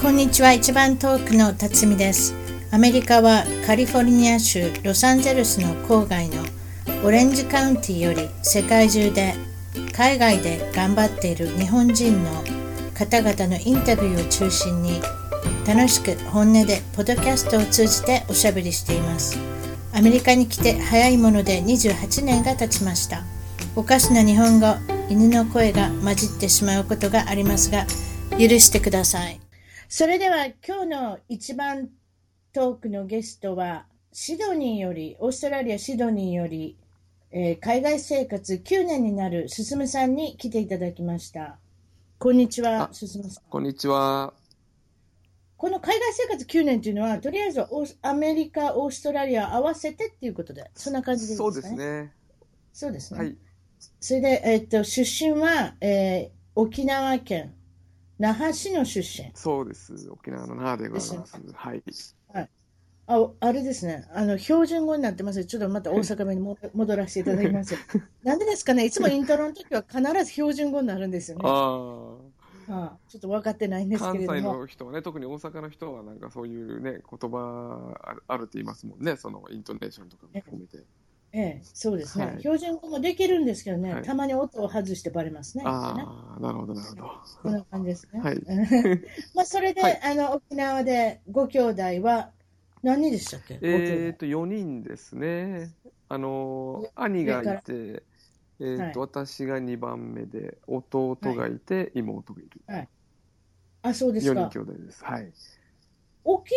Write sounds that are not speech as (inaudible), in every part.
こんにちは一番遠くの辰巳ですアメリカはカリフォルニア州ロサンゼルスの郊外のオレンジカウンティより世界中で海外で頑張っている日本人の方々のインタビューを中心に楽しく本音でポッドキャストを通じておしゃべりしていますアメリカに来て早いもので28年が経ちましたおかしな日本語犬の声が混じってしまうことがありますが許してくださいそれでは今日の一番トークのゲストはシドニーよりオーストラリアシドニーより、えー海外生活9年になるすすむさんに来ていただきましたこんにちはあすすむさんこんにちは。この海外生活9年というのはとりあえずオースアメリカオーストラリア合わせてっていうことでそんな感じでいいですそかうですねね。そうですねはい。それで、えっと出身は、えー沖縄県那覇市の出身そうです。沖縄の那覇でございます。はい。あおあれですね、あの標準語になってますよちょっとまた大阪弁にも戻らせていただき (laughs) ます。なんでですかね、いつもイントロの時は必ず標準語になるんですよね。あはあ、ちょっと分かってないんあ。ですけ関れど西も、の人はね、特に大阪の人は、なんかそういうね、言葉あるあるって言いますもんね。そのイントネーションとかも含めて。ええ、そうですね、はい標準語もできるんですけどね、はいたまに音を外してバレますね。ねああ、なるほど、なるほど。こんな感じですね。はい (laughs) まあそれで、はいあの沖縄でご兄弟は何人でしたっけ？えーっと、4人ですね。あの、兄がいて、えーっと、私が2番目で、弟がいて、妹がいる。あ、そうです4人か兄。弟です。はい。沖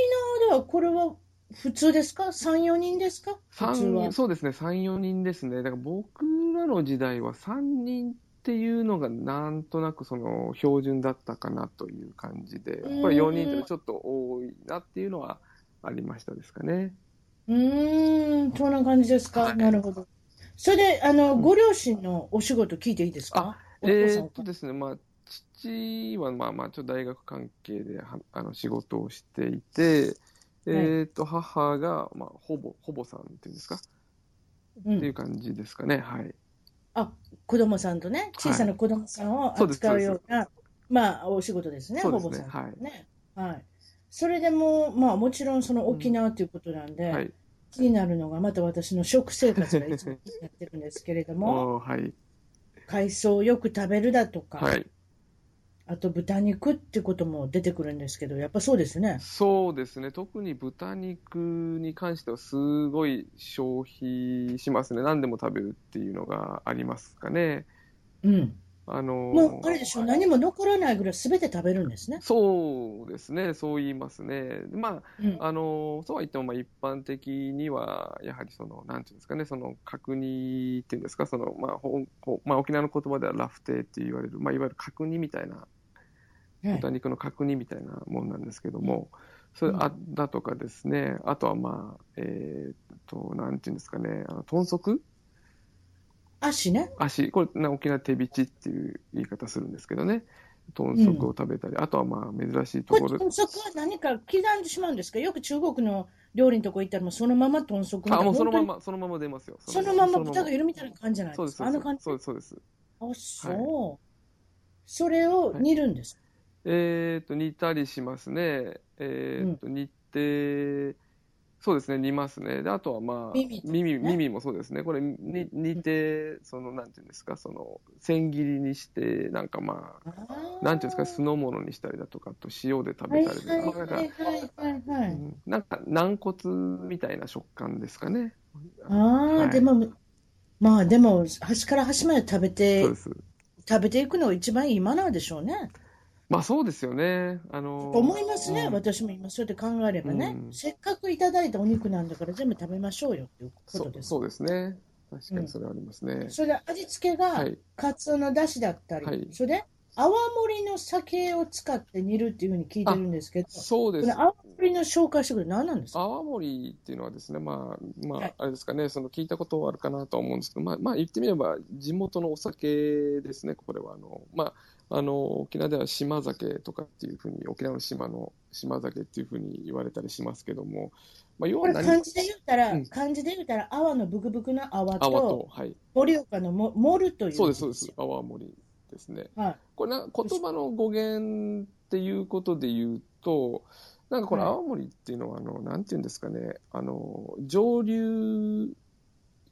縄ではこれは普通ですか？三四人ですか？普通は三。そうですね、3、4人ですね。だから僕らの時代は3人っていうのがなんとなくその標準だったかなという感じで、うんやっぱり4人ってちょっと多いなっていうのはありましたですかね。うーん、そんな感じですか。はいなるほど。それで、あの、うんご両親のお仕事聞いていいですかお父えさーんっとですね、まあ、父はまあまあちょっと大学関係ではあの仕事をしていて、えーっと、母が、まあ、ほぼ、ほぼさんっていうんですか、うっていん、う感じですかね。はい。子供さんとね、小さな子供さんをそうです扱うような、まあ、お仕事ですね、そうほですぼねさんね。はい。それでもう、まあ、もちろんその沖縄ということなんで、はい。気になるのが、また私の食生活がいつも気になってるんですけれど (laughs) も、おーはい。海藻をよく食べるだとか、はい。あと豚肉ってことも出てくるんですけど、やっぱそうですね。そうですね、特に豚肉に関しては、すごい消費しますね、何でも食べるっていうのがありますかね、うん。あのもうあれでしょ、何も残らないぐらい全て食べるんですね。そうですね、そう言いますね、まうんあ、あのそうは言っても、まあ、一般的には、やはりその、なんていうんですかね、その角煮っていうんですか、そのまあほんほまあ、沖縄の言葉ではラフテーって言われる、まあ、いわゆる角煮みたいなはい豚肉の角煮みたいなもんなんですけども、それうんあだとかですね、あとはまあ、えーっと、なんていうんですかね、あの豚足足ね。足、これ、な沖縄手びちっていう言い方するんですけどね、豚足を食べたり、あとはまあ、珍しいとここれろ、豚足は何か刻んでしまうんですかよく中国の料理のとこ行ったらもうそのまま豚足みたいあ、なもうそのま本ま、そのまま出ますよ。当にそのままその豚がいるみたいな感じじゃないそうでですす、かそうあでのす感じそうです、そうであす。そう、それを煮るんです、えーっと、煮たりしますね。えーっと、煮て、そうですね、煮ますね。で、あとはまあ、耳とかね耳、耳もそうですね。これ、に煮て、その、なんていうんですか、その、千切りにして、なんかまあ、あーなんていうんですか、酢の物にしたりだとか、あと塩で食べたりとか、はいなんはかい、はいはいはうい、んなんか軟骨みたいな食感ですかね。ああ、はいでもまあでも端から端まで食べてそうです。食べていくのが一番いいマナーでしょうねまあそうですよね。あの、思いますね、うん私も今そうやって考えればね、うんせっかくいただいたお肉なんだから全部食べましょうよっていうこそとう、です。そうですね。確かうんにそれはありますね。それで味付けがはい。カツオの出汁だったり、はいそれで泡盛りの酒を使って煮るっていうふうに聞いてるんですけど、こそうですの。泡盛りの紹介してくれる何なんですか泡盛っていうのはですね、まあ、まはいあ、あれですかね、その聞いたことはあるかなとは思うんですけど、まあ、まあ、言ってみれば、地元のお酒ですね、これは。あの、まあ、あの、沖縄では島酒とかっていうふうに、沖縄の島の島酒っていうふうに言われたりしますけども、まあ、要こはれ何漢字で言ったら、うん漢字で言ったら泡のブクブクの泡泡とと、はい。盛岡のも盛るというそうです、字そうです。泡盛ですね。はいこれな、言葉の語源っていうことで言うと、なんかこのはい青森っていうのは、あの、なんていうんですかね、あの、上流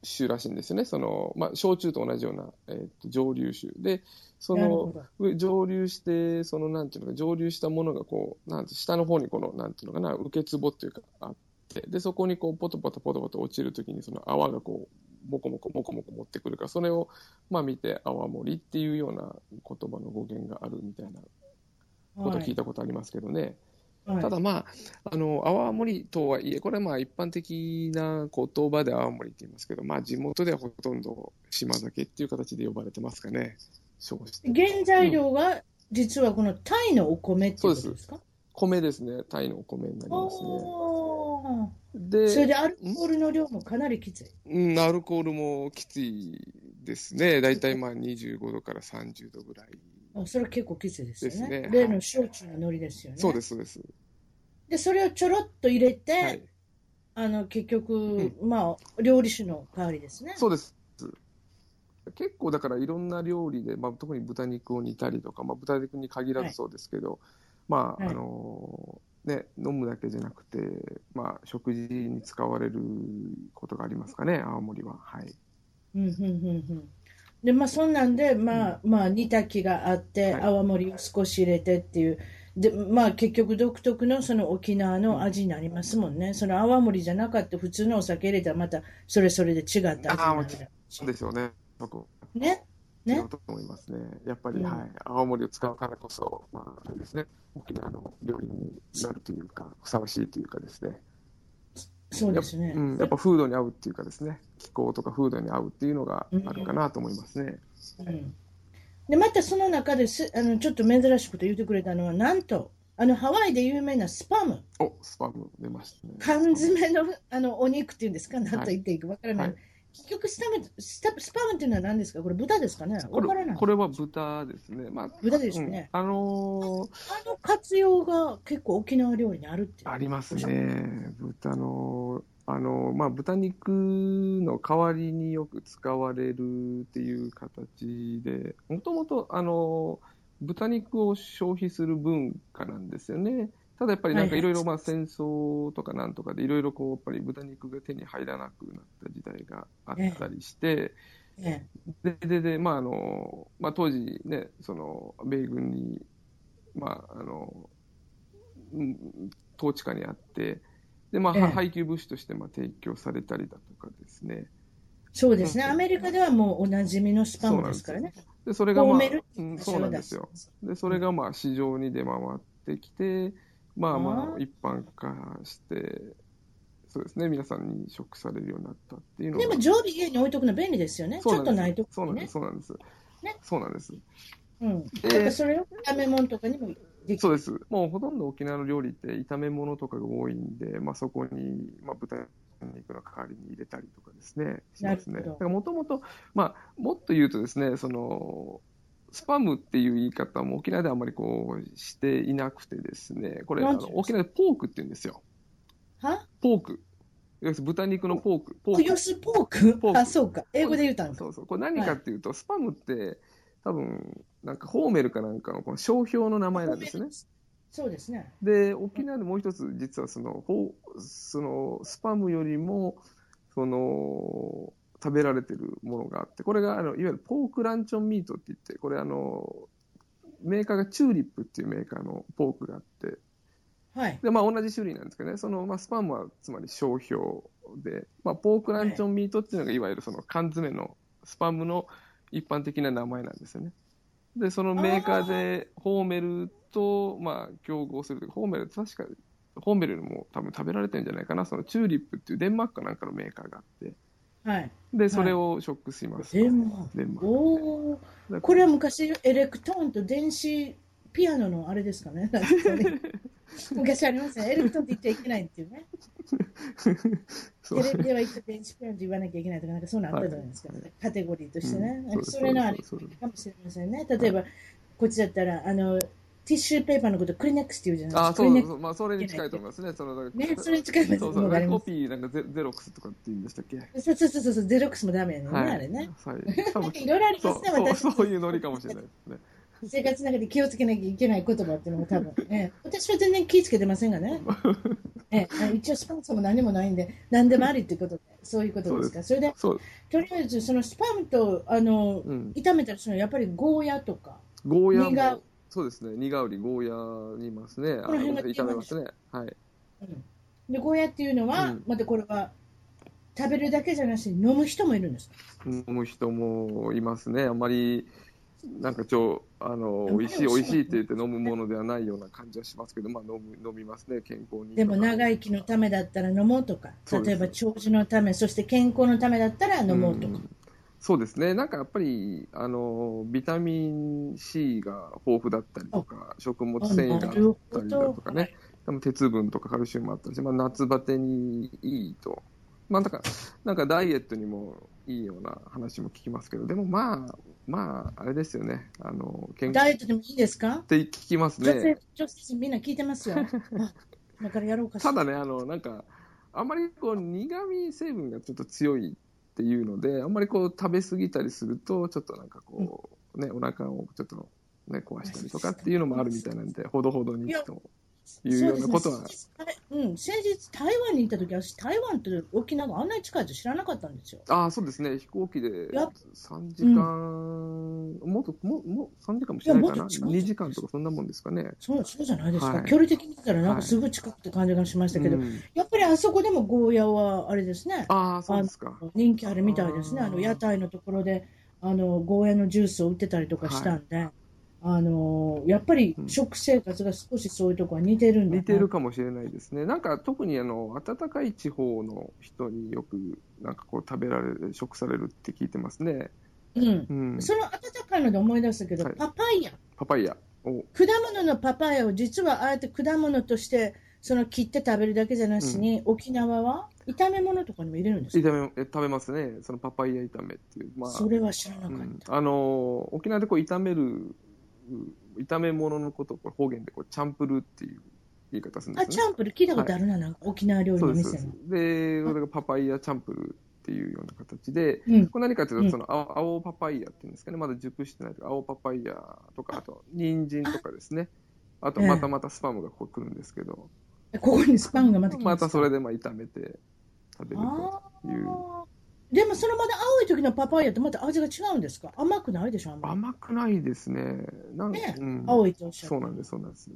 種らしいんですよね。その、まあ、焼酎と同じような、えっと、上流種。で、そなるのほ、ど。上上流して、その、なんていうのか、上流したものが、こう、なんて下の方に、この、なんていうのかな、受け壺っていうか、あって、で、そこに、こう、ポトポトポトポト落ちるときに、その泡が、こう、もこもこもこもこ持ってくるから、それを、まあ、見て、泡盛っていうような言葉の語源があるみたいなことを聞いたことありますけどね。はいただまあ、あの、泡盛とはいえ、これはまあ一般的な言葉で泡盛って言いますけど、まあ地元ではほとんど島酒っていう形で呼ばれてますかね。称して原材料が実はこのタイのお米っていうことですか米ですね。タイのお米になりますね。おーそれで、でアルコールの量もかなりきつい。うん、アルコールもきついですね。だいたいまあ25度から30度ぐらい。あそれ結構きついですよでね。すね例の焼酎の海苔ですよね。そうです、そうです。でそれをちょろっと入れて、はい。あの結局、うまあ、料理酒の代わりですね。そうです。結構だからいろんな料理で、まあ、特に豚肉を煮たりとか、まあ、豚肉に限らずそうですけど、まあ、はいあのね、飲むだけじゃなくて、まあ、食事に使われることがありますかね、青森は。はい。うんうんうんうんでまあ、そんなんで、まあまあ、煮炊きがあって、はい泡盛を少し入れてっていう、でまあ、結局、独特のその沖縄の味になりますもんね、その泡盛じゃなかった普通のお酒入れたら、またそれそれで違った味になるだあーろもうちしそうですよね。僕はね違ねうと思いますね。やっぱり、うんはい。青森を使うからこそ、まあ、あれですね、沖縄の料理になるというか、ふさわしいというかですね。そうですね、うん、やっぱ風土に合うっていうかですね、気候とか風土に合うっていうのがあるかなと思いますね。うんでまたその中ですあのちょっと珍しくて言ってくれたのは、なんとあのハワイで有名なスパム、お、スパム出ましたね。缶詰のあのお肉っていうんですか、なんと言っていいか分からない、はい結局スタムスタ、スパムっていうのは何ですか、これ、豚ですかね、こ分かられないこれは豚ですね。まあ、豚ですね、うんあのあの活用が結構、沖縄料理にあるっていーう、ありますね。豚の、あのーまあ、豚肉の代わりによく使われるっていう形で、もともと、あのー豚肉を消費する文化なんですよね。ただやっぱりなんかはいいはろいいろまあ戦争とかなんとかでいろいろこうやっぱり豚肉が手に入らなくなった時代があったりして、えで、で、で、まあ、あの、まあ、当時ね、その、米軍に、まあ、あの、うん統治下にあって、で、まあ、ええは配給物資として、まあ、提供されたりだとかですね。えそうですね、うんアメリカではもうおなじみのスパそうムなでんですすからね、で、それが、ホまーあメルって、うん、場そう所なをん出ですすよ。で、それが、まあ、市場に出回ってきて、まあまああ、ー一般化して、そうですね、皆さんに食されるようになったっていうのでがも、常備家に置いとくの便利ですよね、ちそうょっなんとですないとそうなんでねす、。そうなんです。ねそうなんです。うん、えやっぱそれを炒め物とかにもできそうる。です。もうほとんど沖縄の料理って炒め物とかが多いんで、まあ、そこに、まあ、豚肉の代わりに入れたりとかですね、しますなね。るほどだからもともと、まあ、もっと言うとですね、その、スパムっていう言い方も沖縄ではあまりこうしていなくてですね、これ、なあんての言うんです沖縄でポークって言うんですよ。はポーク。要するに豚肉のポーク。ポクーヨク。スポークポークあ、そうか。英語で言うたんか。そうそう。これ何かっていうと、スパムって多分、なんかホーメルかなんかのこの商標の名前なんですね。そうですね。で、沖縄でもう一つ、実はその、ほうその、スパムよりも、その、食べられてるものがあって、これが、あの、いわゆるポークランチョンミートって言って、これあの、メーカーがチューリップっていうメーカーのポークがあって、はい。で、まあ同じ種類なんですけどね、その、まあスパムはつまり商標で、まあポークランチョンミートっていうのがいわゆるその缶詰のスパムの一般的な名前なんですよね。で、そのメーカーでホーメルと、まあ競合するというか、ホーメル確か、ホーメルにも多分食べられてるんじゃないかな、そのチューリップっていうデンマークかなんかのメーカーがあって、はい。で、それをショックします。デンマークデンマークおお。でこれは昔、エレクトーンと電子ピアノのあれですか (laughs) ね。なんですかね昔ありましたね。エレクトーンって言っちゃいけないっていうね。 (laughs) そテうレビでは言った電子ピアノって言わなきゃいけないとか、なんかそういうのあったじゃないですか。カテゴリーとしてね。うんそれのあれそうですそうですかもしれませんね。例えば、こっちだったら、あの、ティッシュペーパーのことクリネックスって言うじゃないあであ、すか。そクリうネッそうクそう、まあ、それに近いと思いますね、その、だかス。らね、それに近いですそうもそう、のがありまコす。ピー、なんかゼゼロックスとかって言うんでしたっけそうそうそう (laughs) そう、ゼロックスもダメやねんね、あれね。はい。多分いろいろありますねそう私そうそういうノリかもしれないですね。生活の中で気をつけなきゃいけない言葉っていうのも多分、ええ、私は全然気をつけてませんが (laughs) ね、ええ、あの一応スパムさんも何もないんで、何でもありっていうことで、そういうことですか、それでそう、とりあえずそのスパムとあのうん、炒めたりするのはやっぱりゴーヤとか、ゴーヤ身がも、そうですね、苦うりゴーヤにいますね、あこの辺が炒めますね、はい、でゴーヤっていうのは、うんまたこれは食べるだけじゃなし、飲む人もいるんですか、飲む人もいますね、あんまり、なんかちょ、あの、あんまり美味しい、美美味味ししいいって言って飲むものではないような感じはしますけど、まあ、飲む、飲みますね、健康に。でも長い生きのためだったら飲もうとか、そうです例えば長寿のため、そして健康のためだったら飲もうとか。んそうですね、なんかやっぱり、あの、ビタミン C が豊富だったりとか、食物あ繊維がなるあほったりだどとかね、多分鉄分とかカルシウムもあったりして、まあ、夏バテにいいと、まあ、なんかなんかダイエットにもいいような話も聞きますけど、でもまあ、まあ、あれですよね、あの健ダ康イエっットでもいいですかて聞きます女性ね。女性陣みんな聞いてます (laughs) よ。あ今からやろうかしらただね、あのなんか、あんまりこう苦味成分がちょっと強いっていうので、あんまりこう食べ過ぎたりすると、ちょっとなんかこう、ね、お腹をちょっと、ね、壊したりとかっていうのもあるみたいなんで、ほどほどにというようなこそとうはで。すね先日うん、先日、台湾に行った時私、台湾と沖縄があんなに近いと知らなかったんですよ。ああ、そうですね。飛行機でやっ3時間、もっと、もう、もう3時間もしないいやもかな。っと近い2時間とかそんなもんですかね。そうそうじゃないですか、はい距離的に見たら、なんかすごい近くって感じがしましたけど、うんやっぱりあそこでもゴーヤはあれですね、ああ、そうですか。人気あるみたいですね、あーあの屋台のところであのゴーヤのジュースを売ってたりとかしたんで、あのやっぱりうん食生活が少しそういうところは似てるんだな似てるかもしれないですね。なんか特にあの、暖かい地方の人によく、なんかこう食べられる、食されるって聞いてますね。うんうん。その温かいので思い出したけど、はいパパイヤ、パパイヤを。果物のパパイヤを実はあえて果物としてその切って食べるだけじゃなしに、沖縄は炒め物とかにも入れるんですか、炒め、え食べますね。そのパパイヤ炒めっていう。まあ、それは知らなかうった。んあのー沖縄でこう炒めるう炒め物のことをこれ方言でこうチャンプルーっていう言い方するんであすチね。ャンプル聞いたことあるな、なんか沖縄料理そのうですそう店ですの。。で、これがパパイヤチャンプルーっていうような形で、うんこれ何かといううとんその青青パパイヤっていうんですかね、まだ熟してないとか青パパイヤとかあと人参とかですね。あとええまたまたスパムがこう来るんですけど、ここにスパンがまた来ますたそれでまあ炒めて食べるという。あーでもそのまだ青い時のパパイヤってまた味が違うんですか甘くないでしょあんまり甘くないですね。なんねうん青いとおっしゃるそうなんです、そうなんです。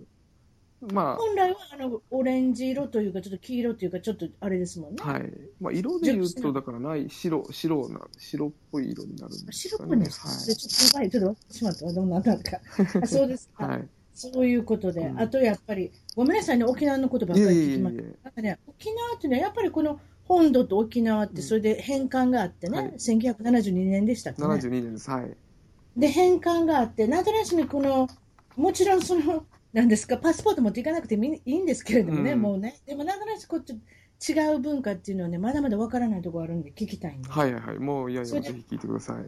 まあ、本来はあのオレンジ色というかちょっと黄色というかちょっとあれですもんね、はい。まあ、色で言う熟成と、だからない、白、白な、白っぽい色になるんです白かっね。ぽいんですか、でちょっとやばいちょっと忘れてしまったわどんなんなんか (laughs) あそうですか、はい。はい。そういうことで、うんあとやっぱりごめんなさいね沖縄のことばっいかえりいえ聞きいますえいえ。なんかね、沖縄ってね、やっぱりこの本土と沖縄っうて、んそれで返還があってね、はい1972年でしたっけ、ね、 72年です。はい。で返還があって、なんとなしにこの、もちろんその、 (laughs) なんですか、パスポート持っていかなくてもいいいいんですけれどもね、うんもうね、でもなんとなしこっち違う文化っていうのはね、まだまだわからないところあるんで、聞きたいんで、はいはいはい。もう、いやいそや、れでぜひ聞いてください。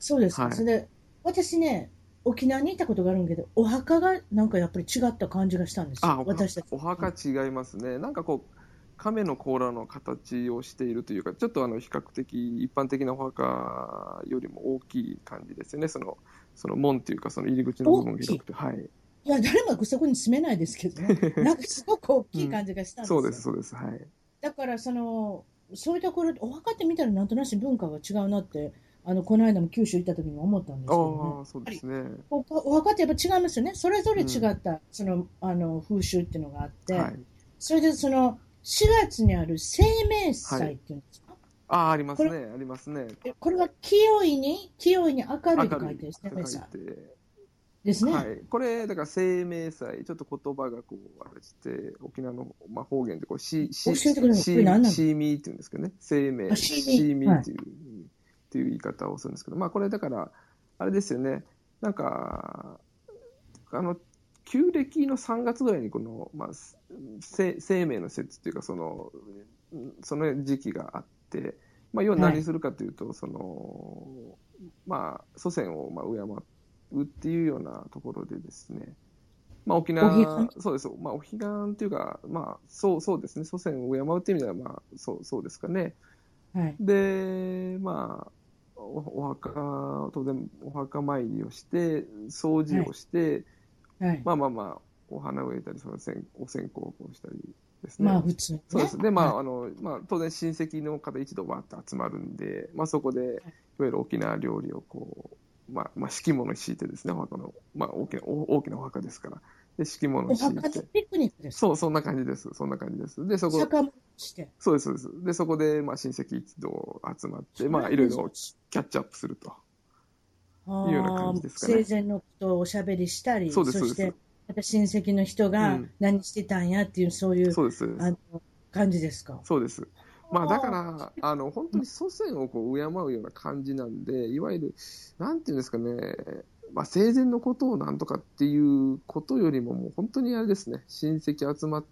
そうですか、はいそれで私ね、沖縄に行ったことがあるんけど、お墓がなんかやっぱり違った感じがしたんですよ、あお墓私たち。お墓違いますね。なんかこう、亀の甲羅の形をしているというか、ちょっとあの、比較的、一般的なお墓よりも大きい感じですよね。その、その門というか、その入り口の部分が広くて。はい。いや、誰もそこに住めないですけど (laughs) ね、なんかすごく大きい感じがしたんですよ。そうです、そうです。はい。だからそのそういうところお墓って見たらなんとなし文化が違うなってあのこの間も九州行った時にも思ったんですけどあねあ、そうですね。おお墓ってやっぱ違いますよねそれぞれ違った、そのあの風習っていうのがあって、はい。それでその4月にある清明祭っていうんですか、ああ、ありまこすね、ありますね。えこれは清いに清いに明るいと書いてる清明る明い祭って書いてですね、はい、これ、だから生命祭、ちょっと言葉がこう、あれして、沖縄の、まあ、方言でこう、し、し、教えてくれるしこれ何なのシーミーっていうんですけどね、生命、あシーミーはいっていう、っていう言い方をするんですけど、まあ、これだから、あれですよね、なんか、あの、旧暦の3月ぐらいにこの、まあ、せ生命の節っていうか、その、うんその時期があって、まあ、要はは何いするかというと、その、まあ、祖先をまあ敬うっていうようなところでですね、まあ、沖お縄彼、そうです、まあ、お彼岸というか、まあ、そうそうですね、祖先を敬うっていう意味では、まあ、そうそうですかね。はいで、まあ、おお墓、当然お墓参りをして、掃除をして、はい。まあまあまあ、お花を植えたり、その線お線香をこうしたりですね。まあ、普通ね。そうです。で、まはあ、あの、まあ、当然親戚の方一同わーって集まるんで、まあそこで、いわゆる沖縄料理をこう、まあ、まあ、敷物に敷いてですね、お墓の、まあ、大きな、お大きなお墓ですから。で、敷物おに敷墓いでて。ピクニックです。そう、そんな感じです。そんな感じです。で、そこ、坂もして。そうです、そうです。で、そこで、まあ、親戚一同集まって、まあ、いろいろキャッチアップすると。あいうような感じですかねー生前のことをおしゃべりしたり、そうですそしそうてで、また親戚の人うがん何してたんやっていう、そういうそうです、そうですあの感じですか。そうです。まあ、あーだから、あの、本当に祖先をこう敬うような感じなんで、いわゆる、なんていうんですかね、まあ、生前のことをなんとかっていうことよりも、もう本当にあれですね、親戚集まっ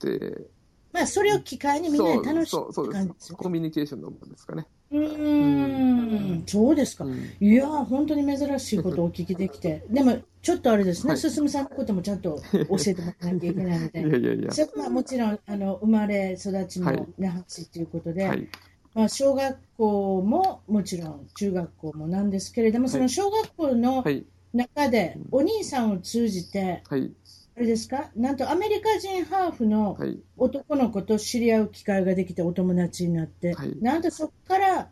て、まあ、それを機会にみんなで楽しそうそむう感じでそうですす。よコミュニケーションの部分ですかね。うーん、そうですかう。んいやー、本当に珍しいことをお聞きできて、 (laughs) でも、ちょっとあれですね、はい進さんのこともちゃんと教えてもらわなきゃい (laughs) けないのいで。やいやいや。それはまあもちろんあの生まれ育ちはいも那覇市ということで、はい。まあ、小学校ももちろん中学校もなんですけれども、いその小学校のはい。中でお兄さんを通じて、はい。あれですか、なんとアメリカ人ハーフのはい。男の子と知り合う機会ができて、お友達になって、はいなんとそこから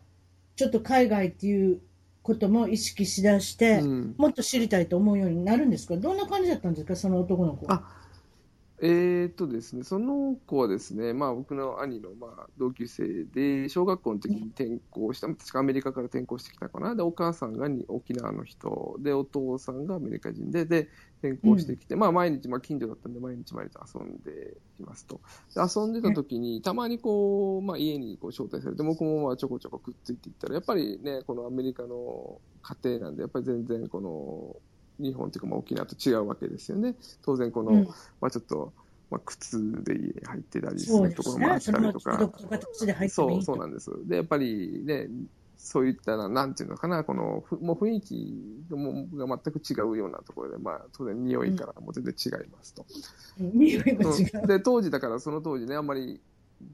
ちょっと海外っていうことも意識しだして、うんもっと知りたいと思うようになるんですか、どんな感じだったんですか、その男の子は。あえーっとですね、その子はですね、まあ僕の兄のまあ同級生で、小学校の時に転校した、確かアメリカから転校してきたかな。で、お母さんがに沖縄の人で、お父さんがアメリカ人で、で、転校してきて、まあ毎日、まあ近所だったんで、毎日毎日遊んでいますと。で遊んでた時に、たまにこう、まあ家にこう招待されて、僕もまあちょこちょこくっついていったら、やっぱりね、このアメリカの家庭なんで、やっぱり全然この、日本っていうかまあ沖縄と違うわけですよね。当然この、うんまあ、ちょっと、まあ、靴で入ってたりすそうるでとこすろもあね。っそたれりもとちょっとか、こ形で入ってもそいういそうと。なんです。で、やっぱりね、そういったな、なんていうのかな、この、ふもう雰囲気がもうが全く違うようなところで、まあ、当然匂いからもう全然違いますと。匂いが違うんう。で、当時だから、その当時ね、あんまり、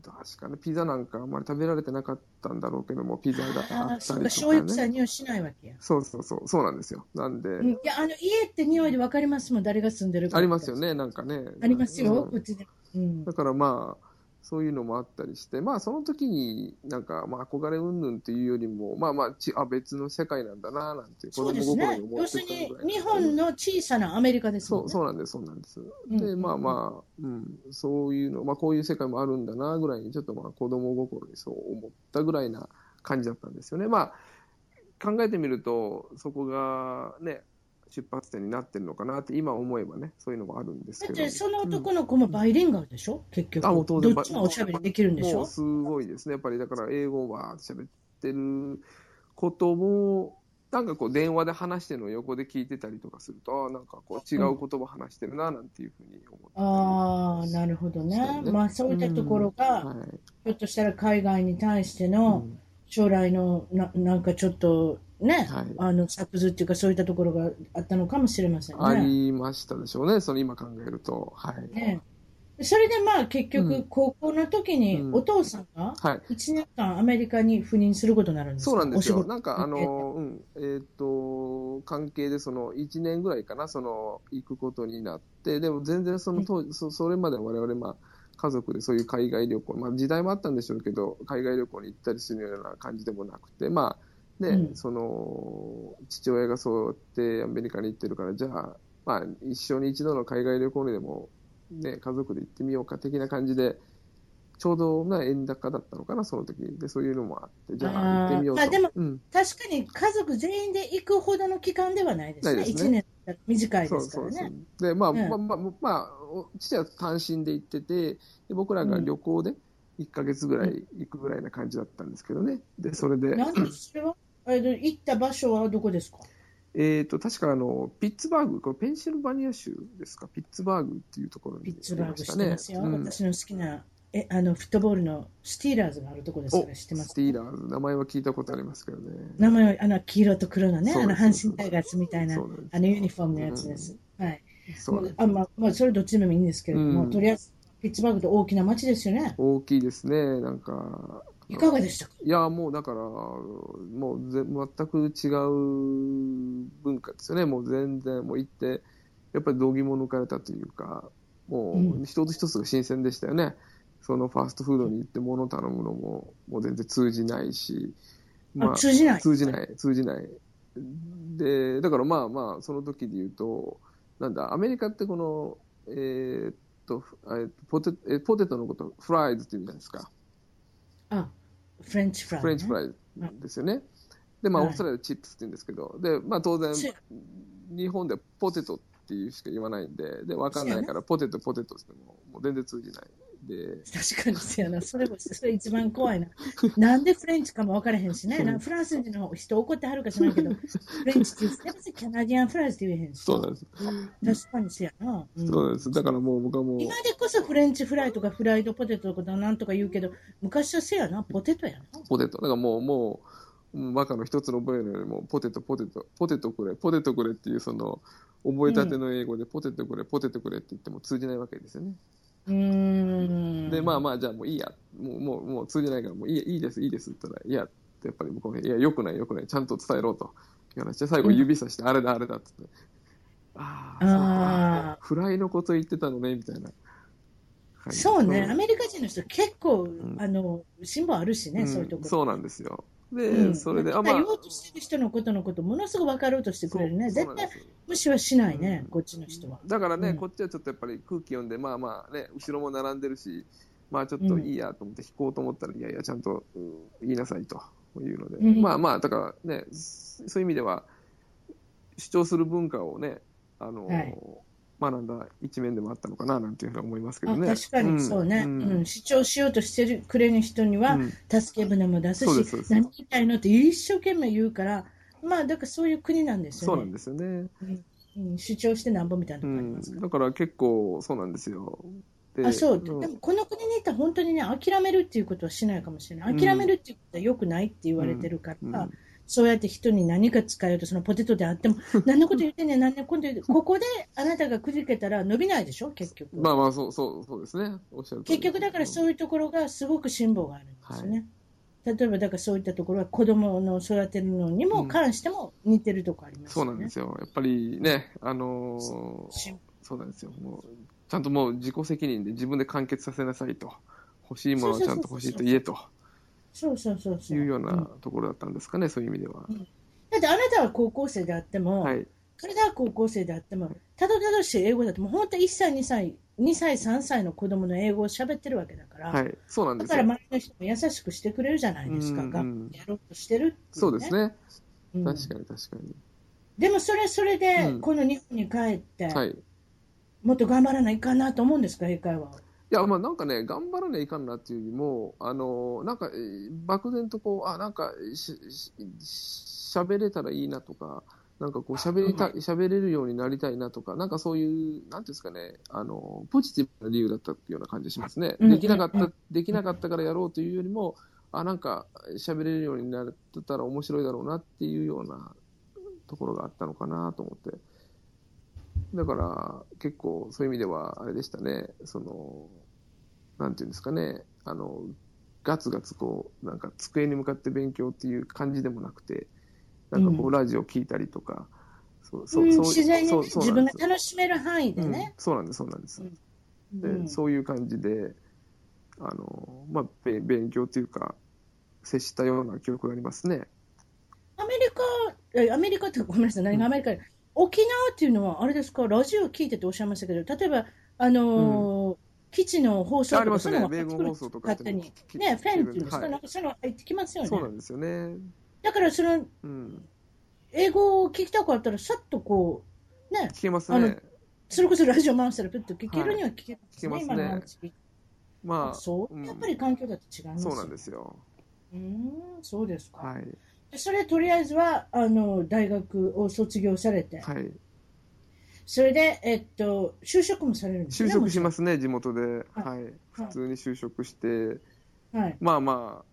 確かね、ピザなんかあんまり食べられてなかったんだろうけども、ピザがあああ、っそたうか、りと醤油臭かいね。匂いしないわけや。そうそうそう、そうなんですよ。なんで、うんいや、あの、家って匂いでわかりますもん、誰が住んでるか。ありますよ。ね、なんかね。ありますよ、うんこっちで。うんだ。からまあ、そういうのもあったりして、まあその時になんか、まあ憧れ云々っていうよりも、まあまあ、ちあ別の世界なんだな、なんて、そうですね。要するに、日本の小さなアメリカですそもんう、ね。そうなんです、そうなんです。うんで、まあまあ、うん、そういうの、まあこういう世界もあるんだな、ぐらいに、ちょっとまあ子供心にそう思ったぐらいな感じだったんですよね。まあ、考えてみると、そこがね、出発点になってるのかなって今思えばね、そういうのもあるんですだけっど。て、その男の子もバイリンガルでしょ結局。あもう当然どっちもおしゃべりできるんでしもうょすごいですね。やっぱりだから英語をわーって喋ってることも、なんかこう電話で話してるのを横で聞いてたりとかすると、あーなんかこう違う言葉話してるな、なんていうふうに思って。ああ、なるほどそねう。ねまあ、そういったところが、はい。ひょっとしたら海外に対してうの、ん将来のななんかちょっとね、はいあの作図っていうかそういったところがあったのかもしれませんあね。りましたでしょうね。その今考えると。はい。ねそれでまあ結うん局高校の時にうんお父さんがはい。 1年間アメリカに赴任することになるんですかそうなんですよ。お仕事なんか、あの、うん、えーっ、と、関係で、その、1年ぐらいかな、その、行くことになって、でも全然その当時、そそれまで我々、まあ、家族でそういう海外旅行、まあ、時代もあったんでしょうけど、海外旅行に行ったりするような感じでもなくて、まあ、ね、うんその、父親がそうやってアメリカに行ってるから、じゃあ、まあ、一緒に一度の海外旅行にでも、ね、家族で行ってみようか、的な感じで、ちょうどな円高だったのかな、その時で、そういうのもあって、じゃああー行ってみようと。まあでもうん、確かに家族全員で行くほどの期間ではないですなね。いですね1年だったら短いそでうすかそらうそうね。。で、まあ、うんまあ、まあ、まあ、お父は単身で行ってて、で僕らが旅行で1ヶ月ぐらい行くぐらいな感じだったんですけどね。で、それで、なんでそれはあれで行った場所はどこですかえっ、と、確かあの、ピッツバーグ、これペンシルバニア州ですか、ピッツバーグっていうところピにッツバーまグししたてね。ますよ。うん私の好きなえあのフットボールのスティーラーズがあるとこですから知ってますス。ティーラーズ、名前は聞いたことありますけどね。名前はあの黄色と黒のね、そうあでのす阪神タイガースみたいなそうなんですあのユニフォームのやつです。はい。そうなんですあまあまあそれどっちでもいいんですけれども、うんとりあえずピッツバーグと大きな街ですよね。大きいですね、なんか、いかがでしたかいや、もうだから、もうぜ全く違う文化ですよね。もう全然、もう行って、やっぱり道義も抜かれたというか、もうう一つ一つが新鮮でしたよね。そのファーストフードに行って物を頼むのも、もう全然通じないし、あ通じない通じない、通じない。で、だからまあまあ、その時で言うと、なんだ、アメリカってこの、えーっと、えーっとポテえーポテトのこと、フライズって言うじゃないですか。あ、フレンチフライ、ね。フレンチフイ。ライですよね。で、まあ、はいオーストラリアでチップスって言うんですけど、で、まあ、当然そう、日本ではポテトっていうしか言わないんで、で、わかんないから、ポテト、ポテトっても、もう全然通じない。で、確かにそうやな。それも、それ一番怖い (laughs) な。なんでフレンチかも分からへんしね。なフランス人の人怒ってはるかしないけ (laughs) ど、フレンチって言って、別にキャナディアンフライズって言えへんし。そうなんです。確かにそうやな。うんそうなんです。だからもう、僕はもう今、でこそフレンチフライとかフライドポテトとかなんとか言うけど、昔はせやな、ポテトやな。ポテト。だからもう、もう、もうバカの一つの覚えるよりも、ポテト、ポテト、ポテトくれ、ポテトくれっていう、その、覚えたての英語で、ポテトくれ、ポテトくれって言っても通じないわけですよね。うーん。で、まあまあ、じゃあもういいや。もう、もう、もう通じないから、もういいやいいです、いいですって言ったら、いや、ってやっぱり向こうの人いや、よくない、よくない、ちゃんと伝えろと。いう話で、最後指さして、あれだ、あれだってって。ああ、そうか。フライのこと言ってたのね、みたいな。はいそうね、アメリカ人の人、結構、んあの、辛抱あるしね、そういうところ。そうなんですよ。で、うんそれで、なあ、んかまあ言お、うとしてる人のことのこと、ものすごく分かろうとしてくれるね。そ絶うそうなん対ですよ無視はしないね、うんこっちの人は。だからね、うんこっちはちょっとやっぱり空気読んで、まあまあね、後ろも並んでるし、まあちょっといいやと思って引こうと思ったら、いやいや、ちゃんと、うん言いなさいというので、うんまあまあ、だからね、そそういう意味では、主張する文化をね、あの、はい学んだ一面でもあったのかななんていうふうに思いますけあどね。確かにそうね、うんん主張しようとしてるくれる人には、うん助け舟も出すそうでしすそうで、す何言いたいのって一生懸命言うから、まあ、だからそういう国なんですそよねうな。んですよね。うん主張してなんぼみたいなうとこありんますから。だから結構そうなんですよ。であそう、んでもこの国に行ったら本当にね、諦めるっていうことはしないかもしれない、諦めるっていうことはよくないって言われてるから、うんそうやって人に何か使えると、そのポテトであっても、何のこと言ってんねん、何のこと言ってここであなたがくじけたら伸びないでしょ、結局。まあまあ、そう、そう、そうですね。おっしゃる通り結局、だからそういうところがすごく辛抱があるんですよね。例えば、だからそういったところは子供の育てるのにも関しても似てるところありますそうよなんでね。すよ。やっぱりね、あのーそうそうなんですよ。もう、ちゃんともう自己責任で自分で完結させなさいと。欲しいものをちゃんと欲しいと言えとそうそうそうそ。いううよううんなところだったんですかね、そういう意味では。だってあなたは高校生であっても、はい。彼らは高校生であっても、たどたどしい英語だって、もう本当1歳、2歳、2歳、3歳の子供の英語を喋ってるわけだから、はい。そうなんだですからよ。周りの人も優しくしてくれるじゃないですか、うん頑張ってやろうとしてるっていそうですね。うん確かに確かに。でもそれはそれで、うんこの日本に帰って、はい。いもっと頑張らないかなと思うんですか、英会話は。や、まあなんかね、頑張らねいかんなっていうよりも、あのーなんか、えー漠然とこう、あ、なんか、し、し、し喋れたらいいなとか、なんかこう喋りた、喋れるようになりたいなとか、なんかそういう、なんていうんですかね、あの、ポジティブな理由だったような感じしますね。うんできなかっうんた、できなかったからやろうというよりも、あ、なんか喋れるようになってたら面白いだろうなっていうようなところがあったのかなと思って。だから、結構そういう意味では、あれでしたね、その、なんていうんですかね、あの、ガツガツこう、なんか机に向かって勉強っていう感じでもなくて、なんかこうう、ラジオ聞いたりとか、そううんそう自然にね、そうそう自な分んがです楽しめる範囲でうんね。そうなんです、そうなんです。でうんそういう感じで、あの、まあ、べ勉強というか、接したような記憶がありますね。アメリカ、えアメリカってごめんなさい、何がアメリカ、沖縄っていうのは、あれですか、ラジオ聞いてておっしゃいましたけど、例えば、あのー基地の放送あとりか、ますそういうね、のが入ってくる米軍放送とか勝手に、ね、フェンっていうんですか、なんかそういうの入ってきますよそうなね。んですよね。だから、その、うん。英語を聞きたかったら、さっとこう、ね、聞けますあのね。それこそラジオ回したら、プッと聞けるには聞けますね、はい今聞けますねのお話聞いてまあ、そうう、んやっぱり環境だと違いますそようなんですよ。うーん、そうですか。はい。でそれ、とりあえずは、あの、大学を卒業されて、はい。それで、えっと、就職もされるんです就ね。。職しますすね、地元で。あはい。普通に就職して、はい。まあまあ、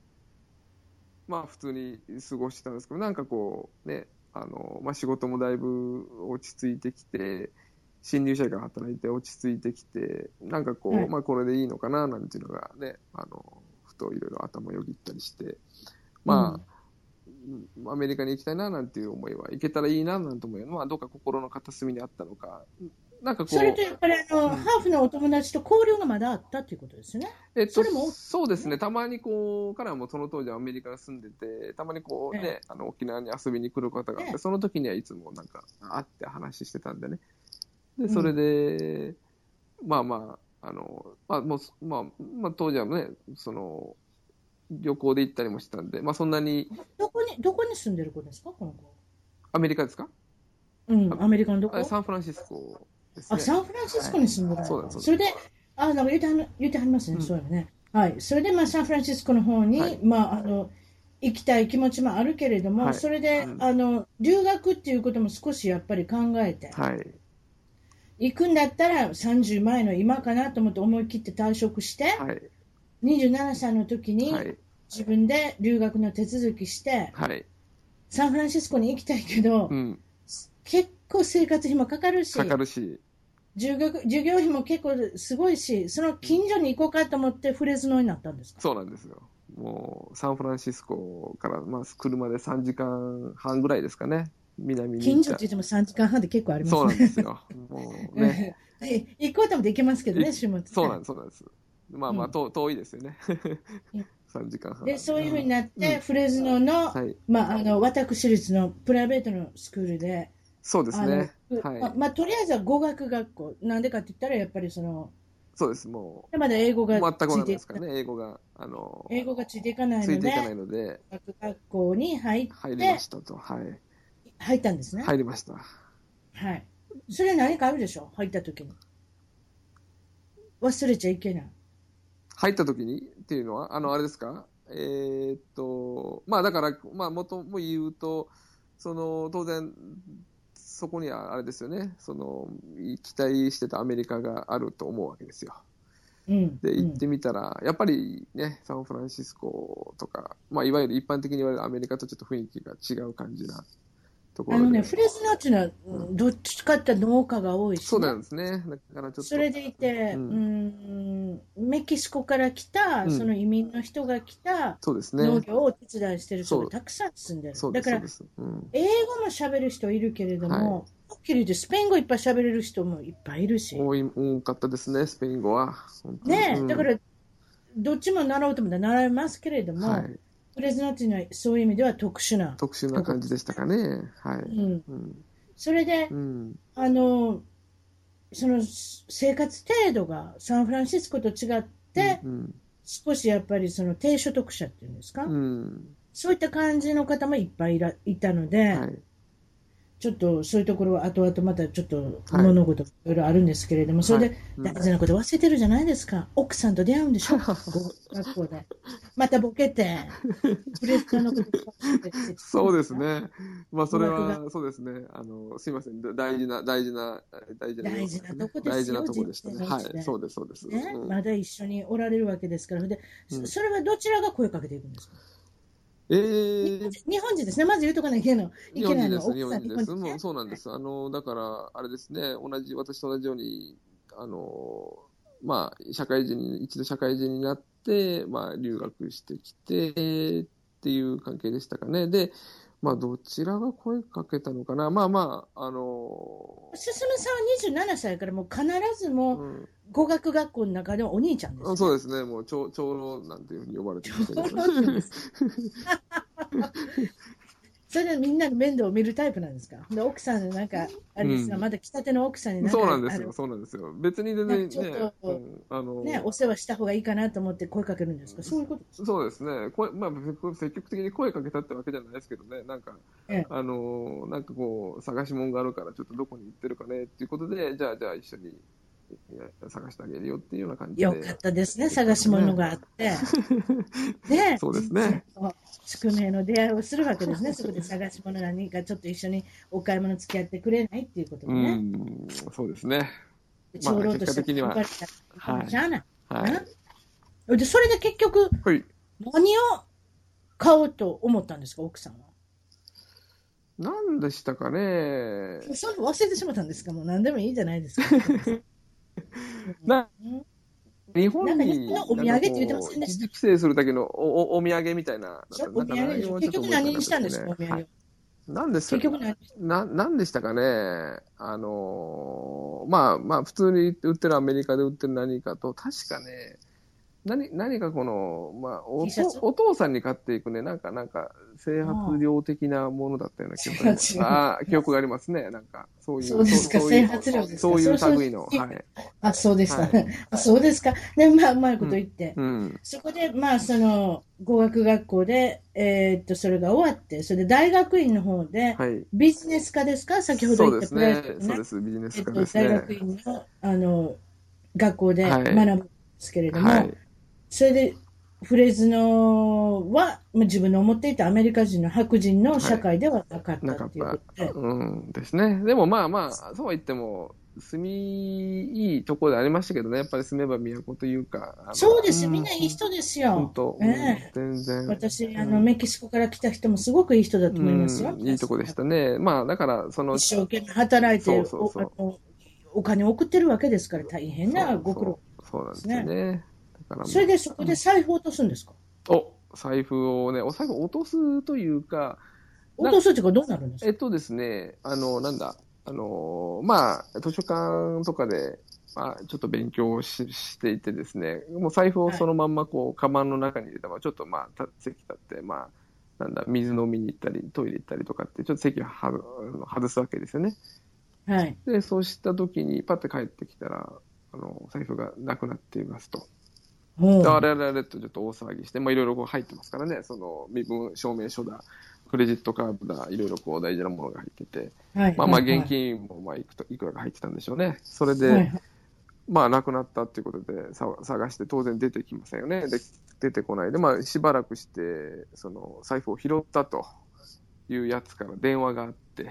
まあ普通に過ごしてたんですけど、なんかこう、ね、あの、まあ仕事もだいぶ落ち着いてきて、新入社員が働いて落ち着いてきて、なんかこう、はいまあこれでいいのかな、なんていうのがね、あの、クといろいろ頭よぎったりして、まあ、うんアメリカに行きたいななんていう思いは、行けたらいいななんて思いは、まあ、どっか心の片隅にあったのか、なんかこそれとう、やっぱりあの、うんハーフのお友達と交流がまだあったということですね。えっと、それもそうですね、たまにこう、彼はもうその当時はアメリカに住んでて、たまにこうね、えあの沖縄に遊びに来る方があっええて、その時にはいつもなんか、会って話してたんでね。で、それで、まあまあ、あの、まあもう、まあ、まあ当時はね、その、旅行で行ったりもしてたんで、まあそんなに、どこに、どこに住んでる子ですか、この子。アメリカですかうん、アメリカのどこあサンフランシスコですね。あ、サンフランシスコに住んでる、はいそうだそうだそれで、あ、なんか言うてはん言うてはりますね、うんそうよね。はい、それで、まあ、サンフランシスコの方に、はいまあ、あの。行きたい気持ちもあるけれども、はいそれで、うんあの留学っていうことも少しやっぱり考えて、はい。行くんだったら30前の今かなと思って思い切って退職して、はい。 27歳の時にはい。自分で留学の手続きして、はい。サンフランシスコに行きたいけど、うん。結構生活費もかかるしかかるし、授業、授業費も結構すごいし、その近所に行こうかと思ってフレズノになったんですか。そうなんですよ。もう、サンフランシスコから、まあ、車で3時間半ぐらいですかね。南に行近っ所た。って言っても3時間半で結構ありますそうなんね。で (laughs) すよ。もうね。行こうと思って行けますけどね、い週末。そうなんです、そうなんです。まあまあ、うん遠遠いですよね (laughs) うん。 3時間半。で、そういうふうになっうて、んフレズノの、はい。まあ、あの、私立のプライベートのスクールで、そうですあのね。まあはい。まあ、とりあえずは語学学校。なんでかって言ったら、やっぱりその、そうです。もまだ英語う、が全くつ同いじてです、からね。英語が、あの、英語がついていかないついのていで、かないので、語学学校に入って、入りましたと。はい。入ったんですね。はい。入りました。それ何かあるでしょ入った時に。忘れちゃいけない。入った時にっていうのは、あの、あれですかえーっと、まあだから、まあ元も言うと、その、当然、そこにはあれですよね、その、期待してたアメリカがあると思うわけですよ。うん。で、うん行ってみたら、やっぱりね、サンフランシスコとか、まあいわゆる一般的に言われるアメリカとちょっと雰囲気が違う感じなとこあろで。のね、フレズノっていうのは、うんどっちかっていうと農家が多いし、ね、そうなんですね。だからちょっとそ。れでいて、ううんん、メキシコから来た、うんその移民の人が来たそうですね。農業をお手伝いしてる人そがうたくさん住んでる。そうでだかす。そらうです。うん。英語も喋る人いるけれども、はいはっきり言ってスペイン語いっぱい喋れる人もいっぱいいるし、多い、多かったですね、スペイン語は。本当にねえ、うんだからどっちも習おうと思ったら習いますけれども、はい、フレズノっていうのはそういう意味では特殊な、特殊な感じでしたかね。はうい。ん、うん。それで、うん。あのその生活程度がサンフランシスコと違って、うん。少しやっぱりその低所得者っていうんですか、うん。そういった感じの方もいっぱいいらいたので、はい。ちょっとそういうところは後々またちょっとはい物事いろいろあるんですけれども、それでうん大事なこと忘れてるじゃないですか、奥さんと出会うんで (laughs) しょ、学校で。またボケて、プレッシャーのこと忘れてそうです。ね。まあ、それ語学は、そうですね。あの、すいません。だ大事な、大事な、大事な、大事なとこですよ大人事なとこでしたね。生のうちではい。そうです、そうです。ねうんまだ一緒におられるわけですから、それでうんそれはどちらが声かけていくんですか、えー、日本人ですね、まず言うとかなきゃいけないのい日け本な人いのです、日本人です。ねもうそうなんです。あの、だから、あれですね、同じ、私と同じように、あの、まあ、社会人に、一度社会人になって、まあ、留学してきて、っていう関係でしたかね。で、まあ、どちらが声かけたのかな。まあまあ、あの、進さんは27歳からもう必ずもううん語学学校の中ではお兄ちゃんです、あ、そうですね、もう長、長老なんていうふうに呼ばれてましたけど。それでみんなの面倒を見るタイプなんですかで奥さんのなんかあれですが、うんまだ来たての奥さんになんかそうなんですあよ、のそうなんですよ。別に全然なねんかちょっ、とうんあの、ね、お世話した方がいいかなと思って声かけるんですかそういうことそうですね、声まあ、せ積極的に声かけたってわけじゃないですけどね、なんか、ええあのーなんかこう、探し物があるから、ちょっとどこに行ってるかねっていうことで、じゃあ、じゃあ一緒にいや探してあげるよっていうような感じで、よかったですね探し物があってね (laughs) そうですねそう宿命の出会いをするわけですねそこで探し物何かちょっと一緒にお買い物付き合ってくれないっていうことでうね、ん、そうですね、まあ長老として結果は的頑張りたいしゃあないはねい。でそれで結局はい、何を買おうと思ったんですか奥さんは何でしたかね、それ忘れてしまったんですかもう何でもいいじゃないですか (laughs) なうん日本なんかねにお土産って言ってませんで一した時帰省するだけのおおお土産みたいな。じゃあお土産でしょ結局何にしたんですか、お土産はい。なんです結局何な、なんでしたかね。あのーまあまあ、普通に売ってるアメリカで売ってる何かと、確かね、何、何かこの、まあ、お T シャツお父さんに買っていくね、なんか、なんか、整髪料的なものだったような記憶があります。 (laughs) 違う違うあー記憶がありますね、なんか、そういう。そうですかそういう整髪料ですかそういうそうそう類の。はい。あ、そうですか。はいあそうですか。ね、まあ、うまいこと言って。うん。そこで、まあ、その、語学学校で、えーっと、それが終わって、それで大学院の方で、はい。ビジネス科ですか先ほどそう言っでたすプロねジェク。トそうねで。す。ビジネえスっ科と、です大ね。学院の、あの、学校ではい学ぶんですけれども、はい。それで、フレーズのは、まあ自分の思っていたアメリカ人の白人の社会ではなかったなっかっていうことた。で、うんですね。でもまあまあ、そうは言っても、住みいいところでありましたけどね、やっぱり住めば都というか。あのそうです、みんないい人です本よ。当、ええうん全然。私、あうの、んメキシコから来た人もすごくいい人だと思いますよ。うんいいとこでしたね。まあ、だから、その、一生懸命働いてそうそうそうおあのお金を送ってるわけですから大変なそうご苦労そうそうなんですよね。だからそれでそこで財布を落とすんですかお、財布をね、お財布を落とすというか、落とすっていうかどうなるんですえかっとですね、あの、なんだ、あの、まあ、図書館とかで、まあ、ちょっと勉強をししていてですね、もう財布をそのまんま、こう、カバンの中に入れたまま、ちょっとまあ、た席立って、まあ、なんだ、水飲みに行ったり、トイレ行ったりとかって、ちょっと席をはあの外すわけですよね。はいで、そうした時に、パッて帰ってきたら、あの、財布がなくなっていますと。もであうれあれあれとちょっと大騒ぎして、まあ、いろいろこう入ってますからね、その身分証明書だ、クレジットカードだ、いろいろこう大事なものが入ってて、はいまあまあはい現金もまあいくといくらか入ってたんでしょうね。それはいで、まあなくなったっていうことでさ探して当然出てきませんよね。で出てこないで、まあしばらくして、その財布を拾ったというやつから電話があって、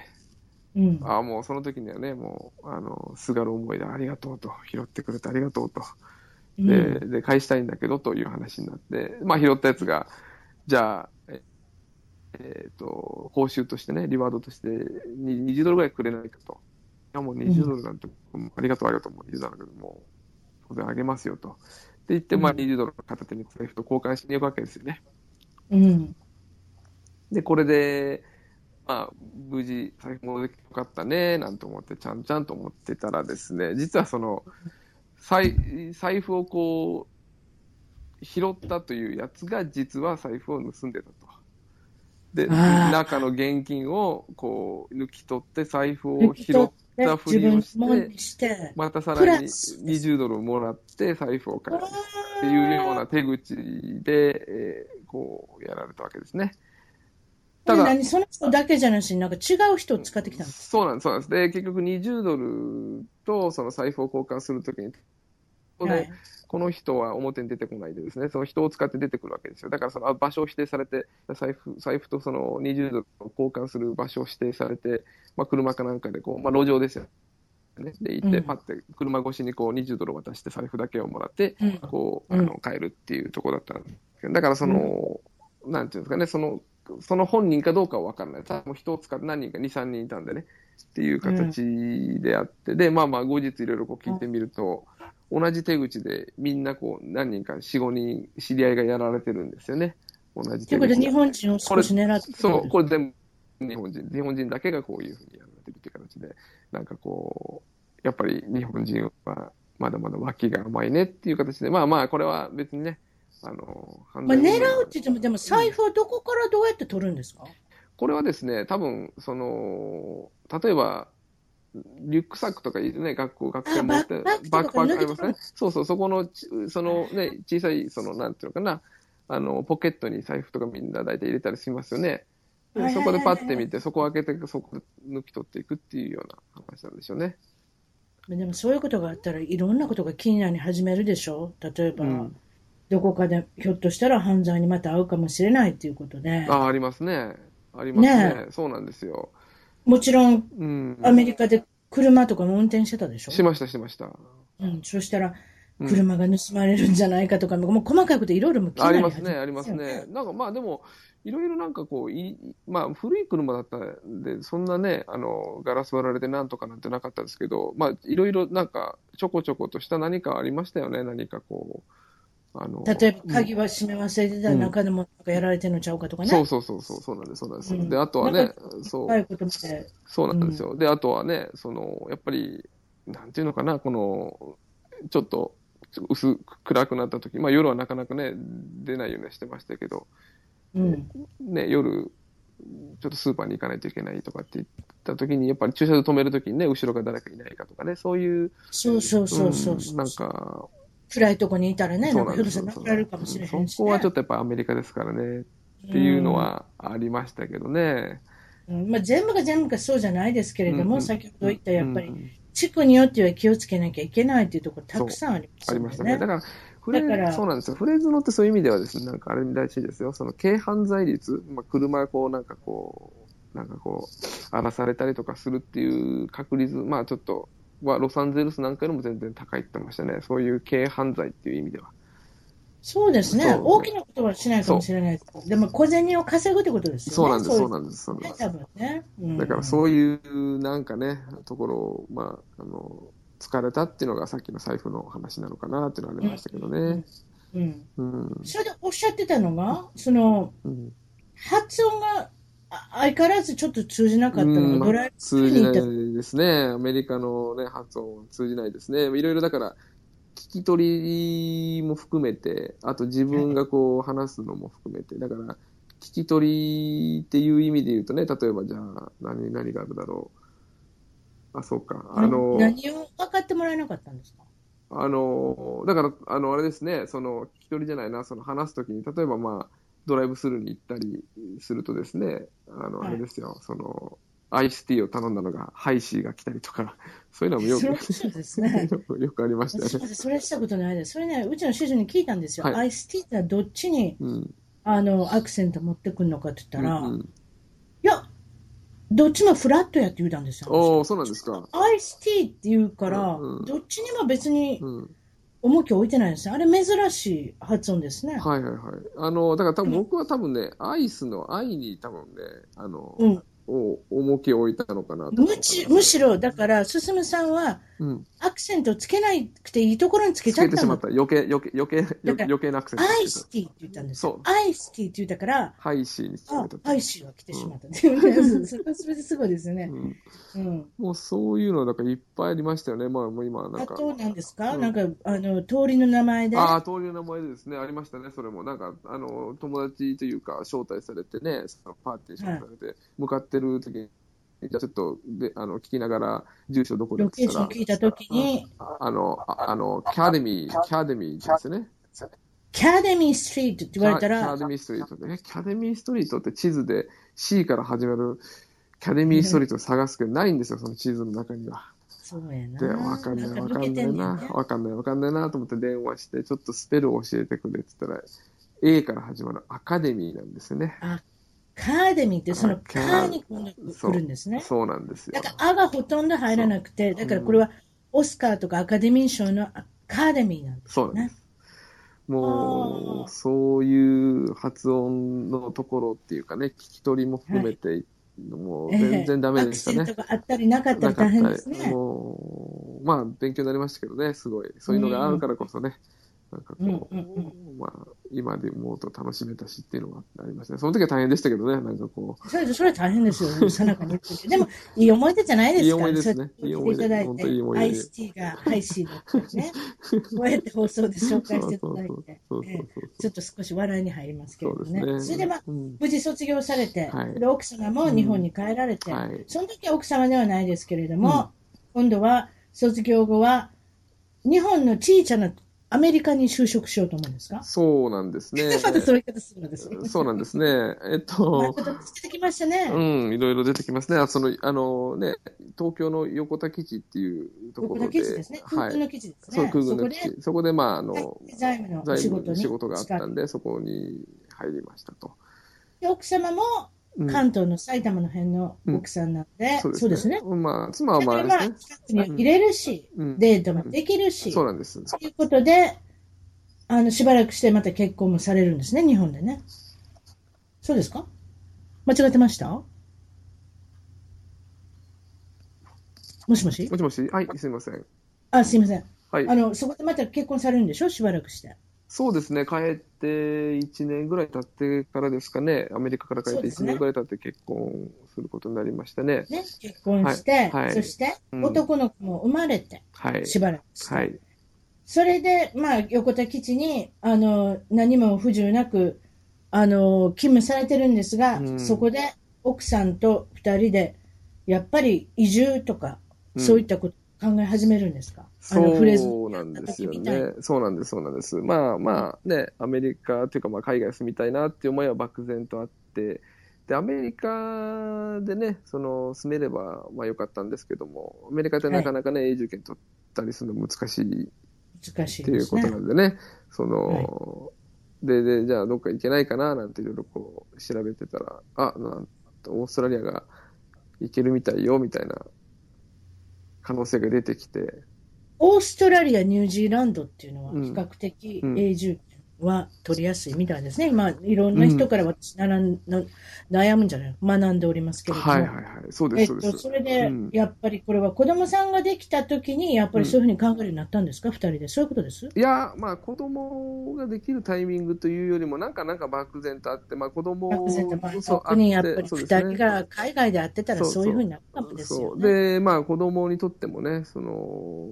うんああ、もうその時にはね、もう、あの、すがる思いでありがとうと、拾ってくれてありがとうと。うでんで返したいんだけどという話になって、まあ、拾ったやつが、じゃあ、ええーと、報酬としてね、リワードとしてに20ドルぐらいくれないかと。いや、もう20ドルなんて、もうありがとう、ありがとう、もう20ドルなんて、もう、当然あげますよと。って言って、まあ、うん20ドルの片手に財布と交換しに行くわけですよね。うんで、これで、まあ、無事、財布戻ってきてよかったね、なんて思って、ちゃんちゃんと思ってたらですね、実はその、財財布をこう、拾ったというやつが、実は財布を盗んでたと。で、あー中の現金を、こう、抜き取って、財布を抜き拾取っってたふ自りを分してのものにしてまたさプらラにス20ドルもらって、財布を返すっっていうような手口で、えーこう、やられたわけですね。ただ何その人だけじゃなしになんか違う人を使ってきたんですそうなんです、そうなんです。で、結局20ドルとその財布を交換するときに、このはいこの人は表に出てこないでですね、その人を使って出てくるわけですよ。だからそのあ場所を指定されて、財布財布とその20ドルを交換する場所を指定されて、まあ、車かなんかでこう、まあ、路上ですよ、ね。で、行っうて、んパッて車越しにこう20ドルを渡して、財布だけをもらって、うんこう、うあんの、変えるっていうところだったんですけど、だからその、なんていうんですかね、その、その本人かどうかは分からない。ただもう人を使って何人か、2、3人いたんでね、っていう形であって、で、まあまあ後日いろいろこう聞いてみると、同じ手口でみんなこう何人か4、5人知り合いがやられてるんですよね。同じとい手うことで口日本人を少し狙ってそう、これ全部日本人、日本人だけがこういうふうにやられてるっていう形で、なんかこう、やっぱり日本人はまだまだ脇が甘いねっていう形で、まあまあ、これは別にね、あの、犯まあ、罪狙にはうって言ってもでも財布はどこからどうやって取るんですかこれはですね、多分、その、例えば、リュックサックとかいいですね、学校、学生持って、バックパックとかバックパックあります抜ね。そうそう、そこのち、そのね、小さい、その、なんていうのかな、あの、ポケットに財布とかみんな大体入れたりしますよね。ではいはいそはいはこいでパッて見て、そこ開けて、そこで抜き取っていくっていうような話なんでしょうね。でもそういうことがあったらいろんなことが気になり始めるでしょ例えば、うんどこかでひょっとしたら犯罪にまた会うかもしれないっていうことで、ああ、ありますね。ありますね。ねそうなんですよ。もちろんうん。アメリカで車とかも運転してたでしょ、しました、しました。うん、そしたらうん車が盗まれるんじゃないかとか、もう細かいこといろいろも気にあなりります始めね、るありますね。なんかまあでも、いろいろなんかこう、いまあ、古い車だったんで、そんなね、あの、ガラス割られてなんとかなんてなかったですけど、まあ、いろいろなんか、ちょこちょことした何かありましたよね、何かこう、あの、例えば鍵は閉め忘れてたらうん中でもなんかやられてんのちゃうかとかね。そうそうそうそう、そうなんです、そうなんです。うんで、あとはなねん、そう。深いことって。そうなんですよ。で、あとはね、その、やっぱり、なんていうのかな、この、ちょっと、ちょ薄く暗くなった時、まあ夜はなかなかね、出ないようにはしてましたけど、うん。ね、夜、ちょっとスーパーに行かないといけないとかって言った時に、やっぱり駐車場止める時にね、後ろが誰かいないかとかね、そういう、そうそうそうそうそううんなんか、暗いとこにいたらね、そなうんかなんひょっでとしすたら殴よられるかもしれへんし、そね。こはちょっとやっぱアメリカですからね、っていうのはありましたけどね。うん、まあ、全部が全部がそうじゃないですけれども、うん先ほど言ったやっぱり、うん地区によっては気をつけなきゃいけないというところたくさんありますあよりね。ましたね。だから、フレだからそうなんですよ。フレーズのってそういう意味ではですね、なんかあれらしいですよ。その軽犯罪率、まあ、車がこう、なんかこう、なんかこう、荒らされたりとかするっていう確率、まあちょっと、はロサンゼルスなんかよりも全然高いって言ってましたね。そういう軽犯罪っていう意味では。そうですねそう大きなことはしないかもしれないですでも小銭を稼ぐってことですよね。そうなんです、そううなんです、そうなんねで、す多。分ね。うんだからそういう、なんかね、ところを、まあ、あの、疲れたっていうのがさっきの財布の話なのかなっていうのはありましたけどね。うん、うん。それでおっしゃってたのが、そのうん発音があ相変わらずちょっと通じなかったうのんが、まあドライブスルー通じに行なった時いですね。アメリカのね、発音は通じないですね。いろいろだから、聞き取りも含めて、あと自分がこう話すのも含めて、だから、聞き取りっていう意味で言うとね、例えばじゃあ、何、何があるだろう。あ、そうか。あの、何を分かってもらえなかったんですかあの、だから、あの、あれですね、その、聞き取りじゃないな、その話すときに、例えばまあ、ドライブスルーに行ったりするとですね、あの、はいあれですよ、その、アイスティーを頼んだのが、ハイシーが来たりとか、そういうのもよそく、れそうですね。よくよくありました私よま (laughs) ね。だそれしたことないです。それね、うちの主人に聞いたんですよ。はいアイスティーってのはどっちにうん。あのアクセント持ってくるのかって言ったら、うんうんいや、どっちもフラットやって言うたんですよ。おーそうなんですか。アイスティーって言うから、うんうんどっちにも別にうん。重きを置いてないですね。あれ珍しい発音ですね。はいはいはい。あの、だから多分僕は多分ね、アイスの愛に多分ね、あの、うん、を重きを置いたのかなとむ思ったんですちよむしろ、だから、進さんはうん。アクセントつけなくていいところにつけつちゃけってたしのまっ。た。余計、余計、余計、だから余計なアクセントつけアたイスティーって言ったんですよ。そアイスティーって言ったから、ハイシーにしてあくれたアイシーが来てしま (laughs) ったっていうね、それはそれですごいですよねう。ん、うんもうそういうのだからいっぱいありましたよね、まあ、もう今なんあか。と、なんですか、うんなんかあの通りの名前で、ああ、通りの名前でですね、ありましたね、それも。なんか、あの、友達というか、招待されてね、そのパーティー招待されて、向かってる時に、じゃあちょっと、で、あの、聞きながら、住所どこでロケーション聞いたときに、ああの、ああの、キャデミー、キャデミーですね。キャデミーストリートって言われたキャキらャデ、ミーストリートね。キャデミーストリートって地図で C から始まるキャデミーストリートを探すけど、ないんですよ、その地図の中には。そうやな。で、わかんない、なわんか抜けかんなていんねんなね、わかんない、わかんないなと思って電話して、ちょっとスペル教えてくれって言ったら、A から始まるアカデミーなんですよね。カーデミーってそのあカカーーに今度来るんですね。そうなんですよだ。から、あがほとんど入らなくて、だからこれはオスカーとかアカデミー賞のカーデミーなんです。そうなんです。あーもう、そういう発音のところっていうかね、聞き取りも含めて、もう全然ダメでしたええアクセねン。トがあったりなかったり大変ですなかったね。もう、まあ、勉強になりましたけどね、すごい。そういうのがあるからこそね、なんかこう、うんうんまあ、今で思うと楽しめたしっていうのがありましたね。その時は大変でしたけどね、なんかこそれそれは大変ですよ、さなかに言ってて。でも、いい思い出じゃないですか。いい思い出ですねそうやって聞てただいていい思い出本当にいい思い出アイスティーがハイシーだったり (laughs) ね。こうやって放送で紹う、そ介うしそていうたそうだいそうて。そうええちょっと少し笑いに入りますけれそどうですね。ね。それでまあ、うん無事卒業されて、はいで奥様も日本に帰られて、はい。その時は奥様ではないですけれども、今度は卒業後は、日本の小さなアメリカに就職しようと思うんですか、。そうなんですね (laughs) またそういう言い方するのですね。そうなんですね。えっまと、た見つけてきましたね。うん、いろいろ出てきますね。あその、あのね、東京の横田基地っていうとこ僕ろので、記事ですね。は空軍い。の記事ですね。そう、空軍の基そこ地。そこで、まあ、あの、で財務のお財仕務事のに仕事があっ使たっんで、そこに入りましたと。て奥様もうん関東の埼玉の辺の奥さんなんで、そうですね。。まあ、妻はだまかあ、らあれまであ、す近ね。くに入れるし、うんデートもできるし、そうなんです。ということで、あのしばらくしてまた結婚もされるんですね、日本でね。そうですか間違ってましたもしもしもしもし、はい、すみません。あ、すいません。はいあ、の、そこでまた結婚されるんでしょしばらくして。そうですね、帰って1年ぐらい経ってからですかね、アメリカから帰そっうてです1ね年ぐらい経って結婚することになりましたね。ね。結婚して、はいはいそして、うん男の子も生まれて、はい。しばらくして。はい。それで、まあ、横田基地に、あの、何も不自由なく、あの、勤務されてるんですが、うんそこで奥さんと二人で、やっぱり移住とか、うんそういったこと考え始めるんですか、あの、フレーズ。そうなんですよみたいなね。そうなんです、そうなんです。まあまあね、アメリカというかまあ海外住みたいなっていう思いは漠然とあって、で、アメリカでね、その住めればまあよかったんですけども、アメリカってなかなかね、永住権取ったりするの難しい難しっいていでうすことねな。んでね、その、で、で、じゃあどっか行けないかななんていろいろこう調べてたら、あ、なんオーストラリアが行けるみたいよみたいな可能性が出てきて、オーストラリア、ニュージーランドっていうのは、比うん較的うん永住権は取りやすいみたいですね。まあ、いろんな人から私ならん、の悩むんじゃない学んでおりますけれども。はいはいはい、そうでえっす、そうでと、すそ。れでうん、やっぱりこれは子供さんができたときに、やっぱりそういうふうに考えるようになったんですか、二人で。そういうことですいや、まあ子供ができるタイミングというよりも、なんかなんか漠然とあって、まあ子供漠然と、まあ、そう特にやっぱありてそう二ですね人が海外でやってたら、そうそそうういうふうになったんですそようね。で、まあ、子供にとってもね、その、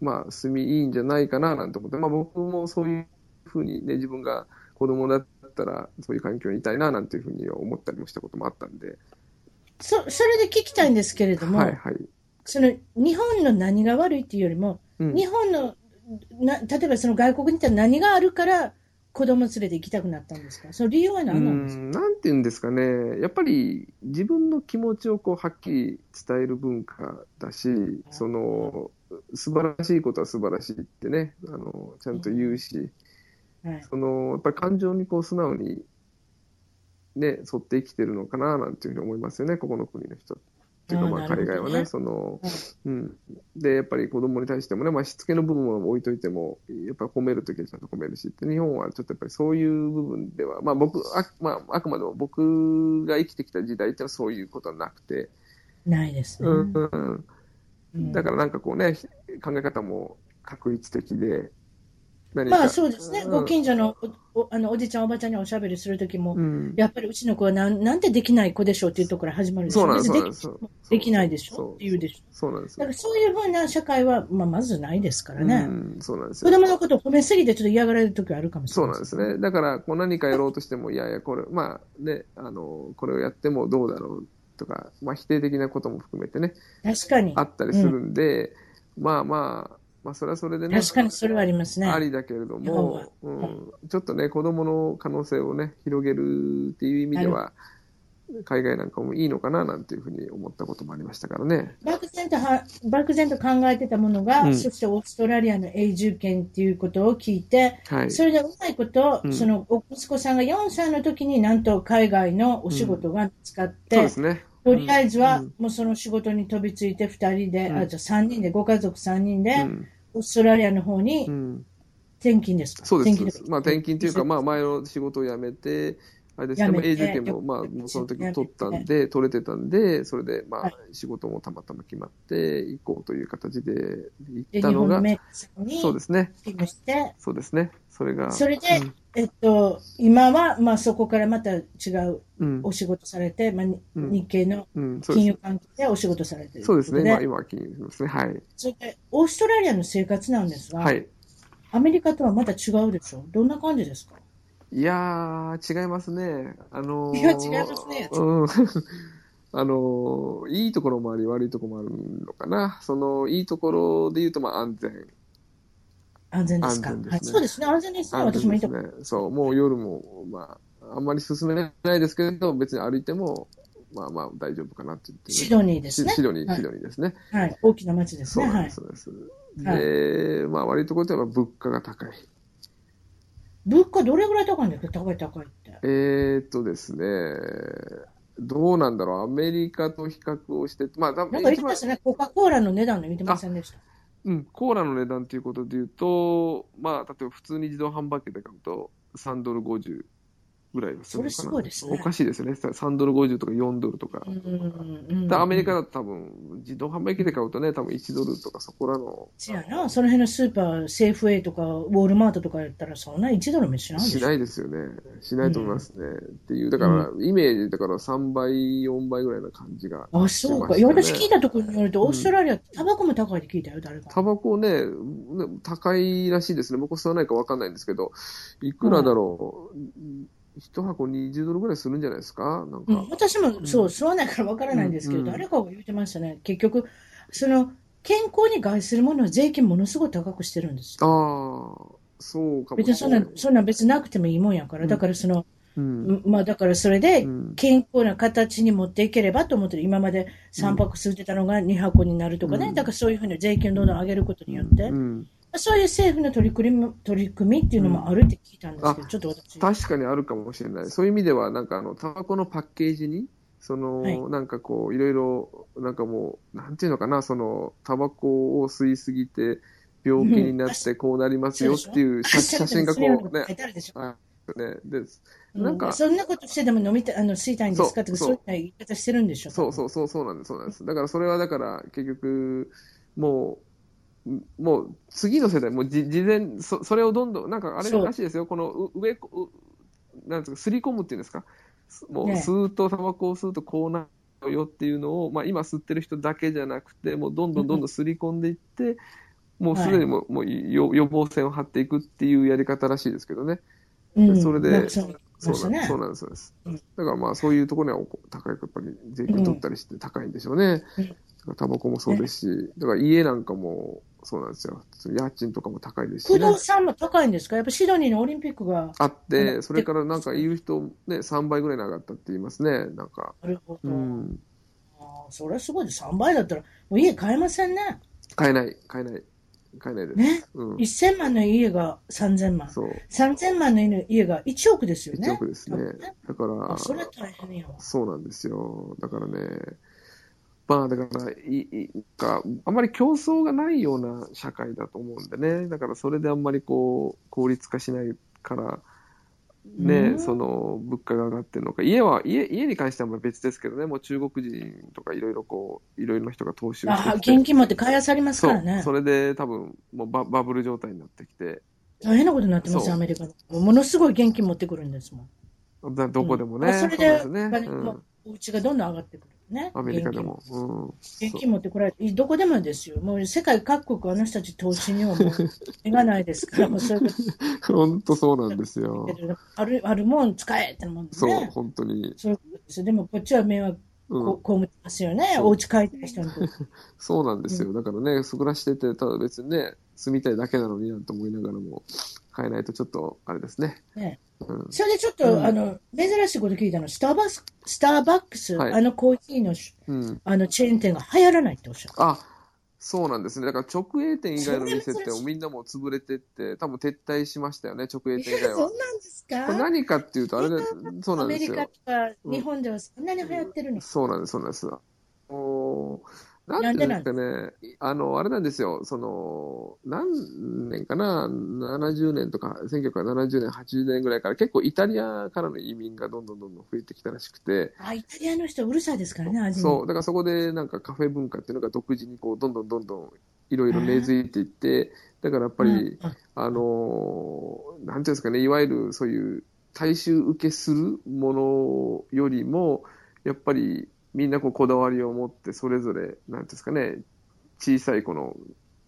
まあ、住みいいんじゃないかななんて思って、まあ、僕もそういうふうにね、自分が子供だったら、そういう環境にいたいななんていうふうに思ったりもしたこともあったんで、そそれで聞きたいんですけれども、はいはい。その日本の何が悪いっていうよりも、うん日本のな例えばその外国に行ったら何があるから子供連れて行きたくなったんですか、その理由はう何なんですか、ん、なんていうんですかね、やっぱり自分の気持ちをこうはっきり伝える文化だし、その素晴らしいことは素晴らしいってね、あのちゃんと言うし、はい、そのやっぱり感情にこう素直に、ね、沿って生きてるのかななんていうふうに思いますよね、ここの国の人っていうか、あーまあ、なる海ほどね外はね。そのはいうん、で、やっぱり子供に対してもね、まあ、しつけの部分を置いといても、やっぱり褒めるときはちゃんと褒めるしって、日本はちょっとやっぱりそういう部分では、まあ僕、あ,、まあ、あくまでも僕が生きてきた時代ってのはそういうことはなくて、ないですね。うんうんうんだからなんかこうね、ひ考え方も確一的で、何まあそうですね、うんご近所のおおあのおじちゃん、おばちゃんにおしゃべりするときも、うんやっぱりうちの子はなんなんてできない子でしょうっていうところから始まるでしょそうなんです、そうでなきんです。そうできないでしそうょっていうでしょ。そうなんですだよから。そういうふうな社会は、まあ、まずないですからね、うん、そうなんです子よ。供のことを褒めすぎてちょっと嫌がられるときはあるかもしそれうななんいですね。だから、こう何かやろうとしても、いやいや、これ、まあね、あの、これをやってもどうだろうとか、まあ否定的なことも含めてね、確かにあ、ったりするんで、まあまあ、まあそれはそれでね、確かにそれはありますね。ありだけれど日本はも、うん、ちょっとね、子供の可能性をね、広げるっていう意味では、海外なんかもいいのかななんていうふうに思ったこともありましたからね。漠然とは漠然と考えてたものが、うんそしてオーストラリアの永住権っていうことを聞いて、はい。それでうまいこと、うんそのお息子さんが4歳の時になんと海外のお仕事が見つかって、そうですね。とりあえずはうんもうその仕事に飛びついて2人で、うんあじゃあ3人でご家族3人で、うん。オーストラリアの方にうん転勤ですか、そうです。そう転勤ですかまあ転勤というか、まあ前の仕事を辞めて、あれですね、辞まめあて永住権も、まあよくもうその時辞めて取ったんで、取れてたんで、それでまはあ仕事もたまたま決まって、行こうという形で行っでた日の本のが、メーカーさんにそうですね、勤務して、そうですね、それが。それでうんえっと、今は、まあ、そこからまた違ううんお仕事されて、まあ、にうん日系のうん、そう金で融す。関係でお仕事されてるそうですといこね、まとあ今は金融ですね、はい。それでオーストラリアの生活なんですが、はい。アメリカとはまた違うでしょどんな感じですかいやー、違いますね。あのー (laughs) いや違いますねうん。 (laughs) あのーいいところもあり、悪いところもあるのかな。その、いいところで言うと、まあ、安全。安全ですか安全はですねい、そうですね、安全ですね、安私全もでいいとすこ。ね。そう、もう夜も、まあ、あんまり進めないですけど、別に歩いても、まあまあ、大丈夫かなって言ってね、シドニーですねシシドニはー、いシドニーですね。はい、大きな街ですそうね。なんはでいす、、そうです。はいで、まあ、悪いところといえば物価が高い。物価どれぐらい高いんですか高い高いって。えーっとですね、どうなんだろう、アメリカと比較をして、まあ、多な分んか言っ一て番ましたね、コカ・コーラの値段の言ってませんでした。うん、コーラの値段ということで言うと、まあ、例えば普通に自動販売機で買うと3ドル50ぐらいはするのかな。それすごいですねおかしいですよね。さ3ドル50とか4ドルとか。うんでアメリカだと多分、自動販売機で買うとね、多分1ドルとかそこらの、そうやな、その辺のスーパー、セーフウェイとか、ウォールマートとかやったら、そんな1ドルもしないでししょないですよね。しないと思いますね。っていう、だから、イメージ、だから3倍、4倍ぐらいな感じが。あ、そうか。しいや、てま私したね聞いたところによると、うんオーストラリア、タバコも高いって聞いたよ、誰か。タバコね、ね高いらしいですね。僕吸わないかわかんないんですけど、いくらだろう。一箱20ドルぐらいするんじゃないですかなんうかん、。私もそう、吸わないからわからないんですけど、うんうん誰かが言ってましたね。結局、その、健康に害するものは税金ものすごい高くしてるんですよ。ああ、そうかも別にそしれんないな、そんな別になくてもいいもんやから、うんだからその、うん。まあだからそれでう、ん健康な形に持っていければと思ってる、今まで3泊吸ってたのが2箱になるとかね、うんだからそういうふうに税金をどんどん上げることによって、うんそういう政府の取り組みも取り組みっていうのもあるって聞いたんですけど、ちょっと私、確かにあるかもしれない。そういう意味では、なんかあの、タバコのパッケージに、その、はいなんかこう、いろいろ、なんかもう、なんていうのかな、その、タバコを吸いすぎて、病気になってこうなりますよっていう写写 (laughs) 真がこうね書い、てあるでしょ。あね、で、うんなんかそんなことしてでも飲みたあの吸いたいんですかとか、そうそういう言い方してるんでしょ。そうそうそうそうなんです、そうなんです。だからそれはだから結局、もう、んもう次の世代、もうじ事前、そそれをどんどん、なんかあれそうらしいですよ、このう上、うなんですか、すり込むっていうんですか、すもうね吸うと、タバコを吸うとこうなるよっていうのを、まあ今吸ってる人だけじゃなくて、もうどんどんどんどんすり込んでいって、もうすでにもう,、もう予予防線を張っていくっていうやり方らしいですけどね。うんそれでなんかそうそうなんましたねそうなんですそうなんですうんだからまあそういうところにはお高い、やっぱり税金取ったりして高いんでしょうね。うんだからタバコもそうですし、だから家なんかもそうなんですよ。家賃とかも高いです不し、ね動、産も高いんですかやっぱシドニーのオリンピックが。あうっんて、それからなんか言う人、ね、3倍ぐらいに上がったって言いますね、なんか。なるほうど。ん。あーそれはすごいです。3倍だったら、もう家買えませんね。買えない、買えない、買えないです。ね。うん。 1000万の家が3000万。そう、 3000万の家の家が1億ですよね。 1億ですね。だかあら、それは大変やわ。そうなんですよ。だからね、まあだから、いいかあまり競争がないような社会だと思うんでね、だからそれであんまりこう効率化しないから、うね、んその物価が上がってるのか、家は家家に関してはまあ別ですけどね、もう中国人とかいろいろこう、いろいろな人が投資をあしてーきて現金持って買いあさりますそからうね。それで多分もうババブル状態になってきて、大変なことになってますそうよ、アメリカの。もうものすごい現金持ってくるんですもん。だどこでもうね、んあそれうでですね、お金うもん、お家がどんどん上がってくるね。アメリカでも。うん現金。現金持ってこられて、どこでもですよ。もう世界各国、あの人たち投資にはも (laughs) う、目がないですから、もうそういうこと本当そうなんですよ。だけどある、あるもん使えってもんね。そう、本当に。そういうことですよ。でも、こっちは迷惑うこん、被ってますよね。そうお家買いたい人にとって。そうなんですよ。だからね、そこらしてて、ただ別にね、住みたいだけなのになんて思いながらも、買えないとちょっと、あれですね。ねうん、それでちょっうんと、あの、珍しいこと聞いたの、スターバス、スターバックス、はいあのコーヒーのし、うん。あの、チェーン店が流行らないっておっしゃる。あ、そうなんですね。だから直営店以外の店っ (laughs) それて珍しいみんなもう潰れてって、多分撤退しましたよね、直営い店以や (laughs) 外そは。んなんですこれか何かっていうと、あれで、そうなアんメでリすカよと。か日本ではそんなに流行ってるの、そうなんです、そうなんです。おなんていうんですかね、あの、あれなんですよ、その、何年かな、70年とか、1970年、80年ぐらいから、結構イタリアからの移民がどんどんどんどん増えてきたらしくて、あイタリアの人うるさいですからね、味に。そう、だからそこでなんかカフェ文化っていうのが独自にこう、どんどんどんどんいろいろ根付いていって、だからやっぱうんり、あのーなんていうんですかね、いわゆるそういう大衆受けするものよりも、やっぱりみんなこうこだわりを持って、それぞれ、なんていうんですかね、小さいこの、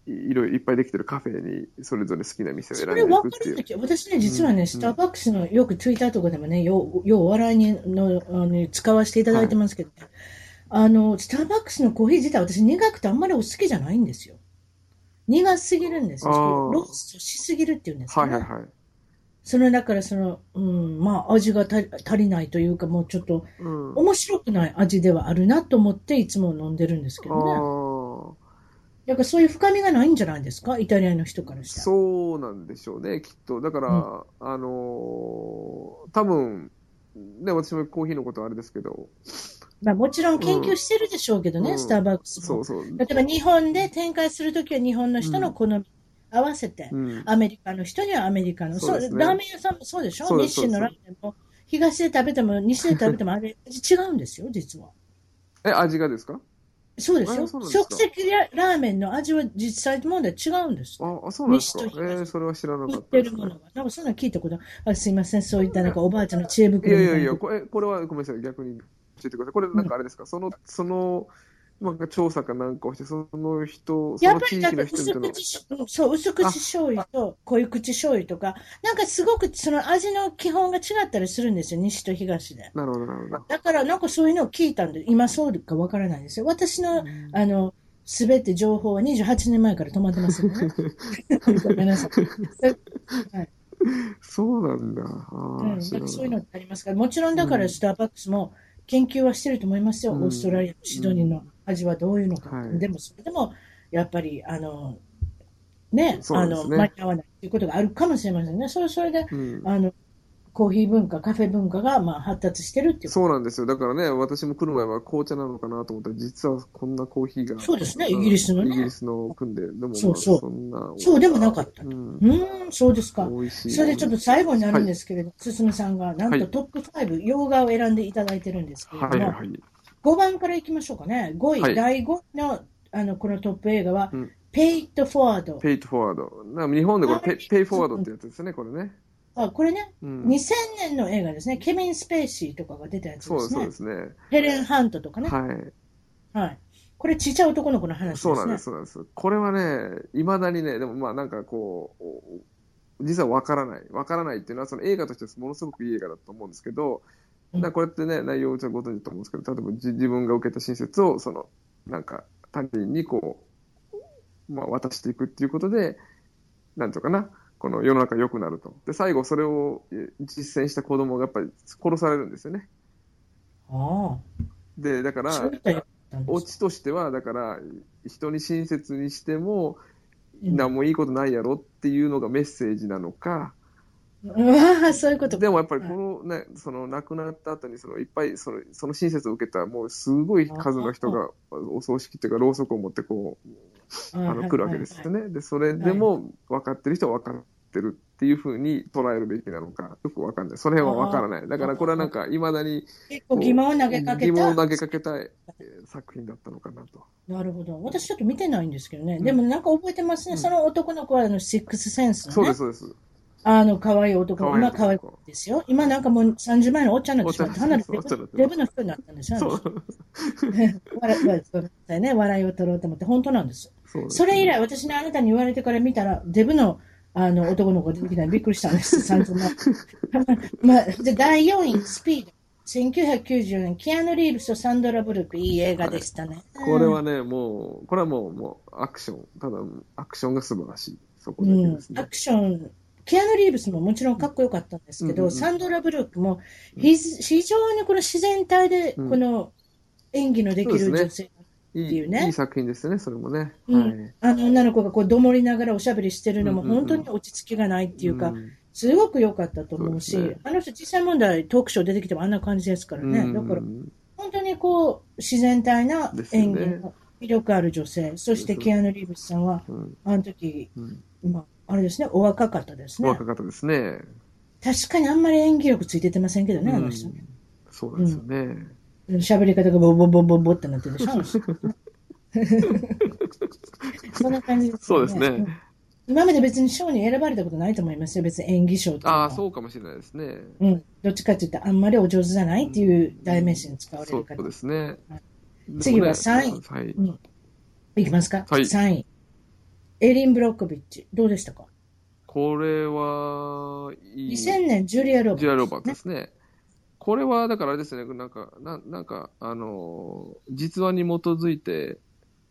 いいろいろいっぱいできてるカフェに、それぞれ好きな店をそ選んれでい分くっかているう。時私ね、実はね、うんスターバックスのよくツイッターとかでもね、ようようお笑いにのあの使わせていただいてますけど、あの、スターバックスのコーヒー自体、私、苦くてあんまりお好きじゃないんですよ。苦すぎるんですよ。あーローストしすぎるっていうんですかはいね。はいはい。その、だから、その、うん、まあ、味が足り足りないというか、もうちょっと、うん。面白くない味ではあるなと思って、いつも飲んでるんですけあどね。ーだからそういう深みがないんじゃないですか、イタリアの人からしたら。そうなんでしょうね、きっと。だから、うあのー多分、ね、私もコーヒーのことはあれですけど、まあ、もちろん研究してるでしょうけどね、うんスターバックスも。そうそう。例えば日本で展開するときは日本の人の好みに合わせて、うん、アメリカの人にはアメリカの、そうですねラーメン屋さんもそうでしょそうで日す清のラーメンも東で食べても西で食べてもあれ味違うんですよ、実は。え、味がですかそうですあよ。そうなんですか即席ラーメンの味は実際問題違うんです。あ、あそうなんですか。え西と東ー、それは知らな売かっったてでるす、ものが。なんかそんなの聞いたことあすいません、そういったなんかおばあちゃんの知恵い袋やみいたやいなや、これ、これはごめんなさい、逆に教えてください。これ、なんかあれですか、その、その、なんか調査かなんかをして、その人、そやっのぱ地りだって域の人薄々の。口し、うんそう、薄口醤油と濃い口醤油とか、なんかすごくその味の基本が違ったりするんですよ、西と東で。なるほど、なるほど。だからなんかそういうのを聞いたんで、今そうかわからないですよ。私の、あの、すべて情報は28年前から止まってます (laughs) よね。ごめんなさい。そ (laughs) そうなんだ。あうーん、知ならんかなかっそういうのってありますから、もちろんだからスターバックスも研究はしてると思いますよ、うんオーストラリア、シドニーの味はどういうのか、はいでもそれでもやっぱり、あのねそうあですのね間に合わないということがあるかもしれませんね、それそれでたうんあのコーヒー文化、カフェ文化がまあ発達してるっていうこそうなんですよ。だからね、私も来る前は紅茶なのかなと思ったら、実はこんなコーヒーが。そうですねんイギリスのねイギリスの組んで、でもまあ、そうそうんな。と、そうでもなかった、う。うんーん、そうですか、美味しい。それでちょっと最後になるんですけれど、進、さんがなんとトップ5、洋画を選んでいただいてるんですけれどはも。いはい。 5番からいきましょうかね。5位、はい第5位のあのこのトップ映画は、うんペイト・フォワード。ペイトフォワード。な日本でこれペあイ、ペイフォワードってやつですね、これね。あこれね、うん2000年の映画ですね。ケビン・スペーシーとかが出たやつそうでですすそうねで。すね。ヘレン・ハントとかね。は。はいこれ、ちっちゃい男の子の話でい。すそね。うなんです、そうなんです。これはね、いまだにね、でもまあなんかこう、お実はわからない。わからないっていうのは、その映画としてはものすごくいい映画だと思うんですけど、うんだからこれってね、内容をちょっとご存知だと思うんですけど、例えばじ自分が受けた親切を、その、なんか、他人にこう、まあ渡していくっていうことで、なんていうのかな、この世の中良くなると。で、最後それをえ実践した子供がやっぱり殺されるんですよね。あで、だかあ。らそう、いった映画だったんでオすチとしては、だから、人に親切にしてうも、ん何もいいことないやろっていうのがメッセージなのか、うわあ、 (laughs) そういうことかでもやっぱりこのね、その亡くなった後に、そのいっぱいその、その親切を受けた、もうすごい数の人が、お葬式っていうか、ろうそくを持ってこう、はいあはいはの、い来るわけですよね。で、それでも、分かってる人は分かってるっていうふうに捉えるべきなのか、よく分かんない。その辺は分からない。だからこれはなんか、いまだに、結構疑問を投げかけた。疑問を投げかけたい作品だったのかなと。なるほど。私ちょっと見てないんですけどね。うんでもなんか覚えてますね。うんその男の子はあの、シックスセンスのね。そうです、そうです。あの、可愛い男可が、愛い今男可愛い子ですよ。今なんかもう30前のおっちゃんになってしまって、おっちかゃんなりですデおっちゃんにブなってますデブの人になったんですよ。あその人う。笑い笑いごめんなさいね笑いを取ろうと思って、本当なんですよ。そうですそれ以来、私ね、あなたに言われてから見たら、デブの、あの、男の子が出てきたのびっくりしたん (laughs) です、30前。まあ、で、第4位、スピード。1994年、キアヌ・リーブスとサンドラ・ブルック、いい映画でしたね。これはね、もう、これはもう、もう、アクション。ただ、アクションが素晴らしい。そこだけですうん、アね。クション、キアヌ・リーブスももちろんかっこよかったんですけど、うんうんうんサンドラ・ブルックも、うひん非常にこの自然体でうんこの演技のできるそうですね女性、いっていいうねいい作品ですね、それもね。うんはい。あの女の子がこうどもりながらおしゃべりしてるのもうんうんうん本当に落ち着きがないっていうか、んすごく良かったと思うし、そうですねあの人、実際問題、トークショー出てきてもあんな感じですからね、うんだから本当にこう自然体なですよ演ね技の魅力ある女性、そしてキアヌ・リーブスさんは、うんあの時うんまああれですね、お若かったですね。若かったですね。確かにあんまり演技力ついててませんけどね、あうのん人ね。そうなんですよね。喋り方がボンボンボンボンボンってなってるでしょ、あの人 (laughs) そんな感じですそようですね。。今まで別に賞に選ばれたことないと思いますよ、別に演技賞とか。ああ、そうかもしれないですね。うん、どっちかというと、あんまりお上手じゃないっていう代名詞に使われそるう方、ですね。次はでもね三位はい。いきますか、はい3位、エリン・ブロッコビッチ、どうでしたか、これは、いい。 2000年、ジュリア・ロバーツジュラ・ロバーツですね。これは、だからあれですね、なんか、ななんか、あのー実話に基づいて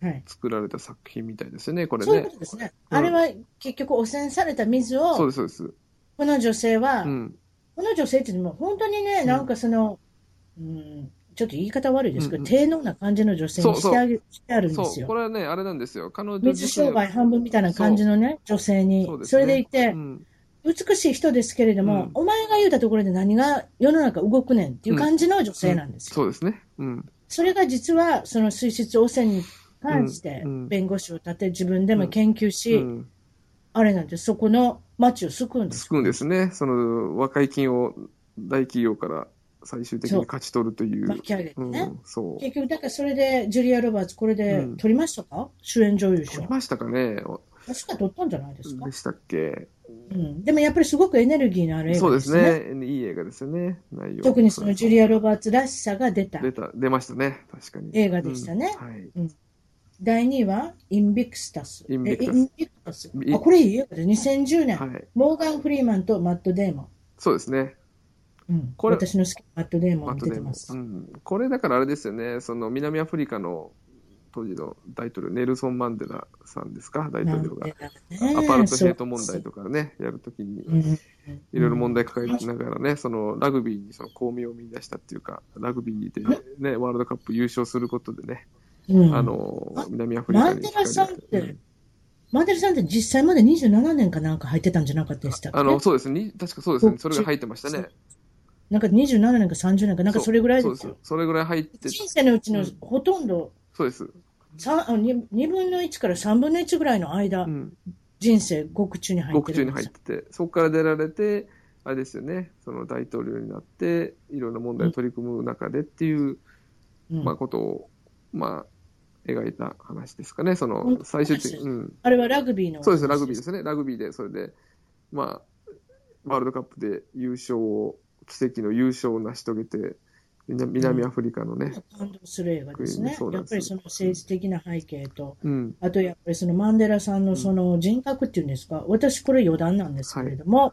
はい、作られた作品みたいですよね、これそういうねこと。ですね、うんあれは結局、汚染された水そうを、です、そうです。この女性は、うん。この女性っていうのも本当にね、んなんかその、うん、ちょっと言い方悪いですけど、うんうん低能な感じの女性にしてあげしてあるんでそすう、こよ。れはね、あれなんですよ。彼女水商売半分みたいな感じののね、女性に。そうそ,、ですねれでいて、うん美しい人ですけれども、うんお前が言うたところで何が世の中動くねんっていう感じの女性なんですよ。そうですね。うん。それが実は、その水質汚染に関してうんうん、弁護士を立て、自分でも研究し、うん。あれなんです、そこの町を救うんです。救うんですね。その、和解金を大企業から最終的に勝ち取るという。巻き上げてうんね。そう。結局、だからそれで、ジュリア・ロバーツ、これでうん取りましたか、主演女優賞取り。ましたかねお確か取ったんじゃないですかで。したっけうん、でもやっぱりすごくエネルギーのある映そう画でですすね。ね。いい映画ですよね。内容特にそのジュリアア・ロバーツらしさが出た。出た、出ましたね。確かに。映画でしたねうんはい。第2位は、インビクスタス。インビクタスえインビクタスあこれいい映画で2010年、はい。モーガン・フリーマンとマット・デーモン。そうですね。うん、これ私の好きなマット・デーモまンあ出てますで。もうん、これだからあれですよね、その南アフリカの当時の大統領、ネルソン・マンデラさんですか、大統領が。アパルトヘイト問題とかね、やるときに、いろいろ問題。題抱えながらね、そのラグビーにその巧妙を見出したっていうか、ラグビーで、ね、ワールドカップ優勝することでね、うんあのあ、南アフリカマンにデラさんってうんマンデルさんって実際まで27年かなんか入ってたんじゃなかったでしたっけあの、そうですね、に確かそうですね、こそれが入ってましたね。なんか27年か30年か、なんかそれぐらいそうでですすよ。それぐらい入って、人生のうちうのんほとんど、そうです。さあに2分の1から3分の1ぐらいの間、うん人生獄中に入って獄中るにんで入っすよ。てて、そこから出られて、あれですよね、その大統領になって、いろんな問題を取り組む中でっていう、うんまあ、ことを、まあ、描いた話ですかね、そ本の当最終的話に、うん、あれはラグビーの。。そうです、ラグビーですすね、ラグビーで、それで、まあ、ワールドカップで優勝を、奇跡の優勝を成し遂げて、南南アフリカのね、感動する映画ですね。そうなやんっですぱりその政治的な背景と、うん、あとやっぱりそのマンデラさんのその人格っていうんですか、私これ余談なんですけれども、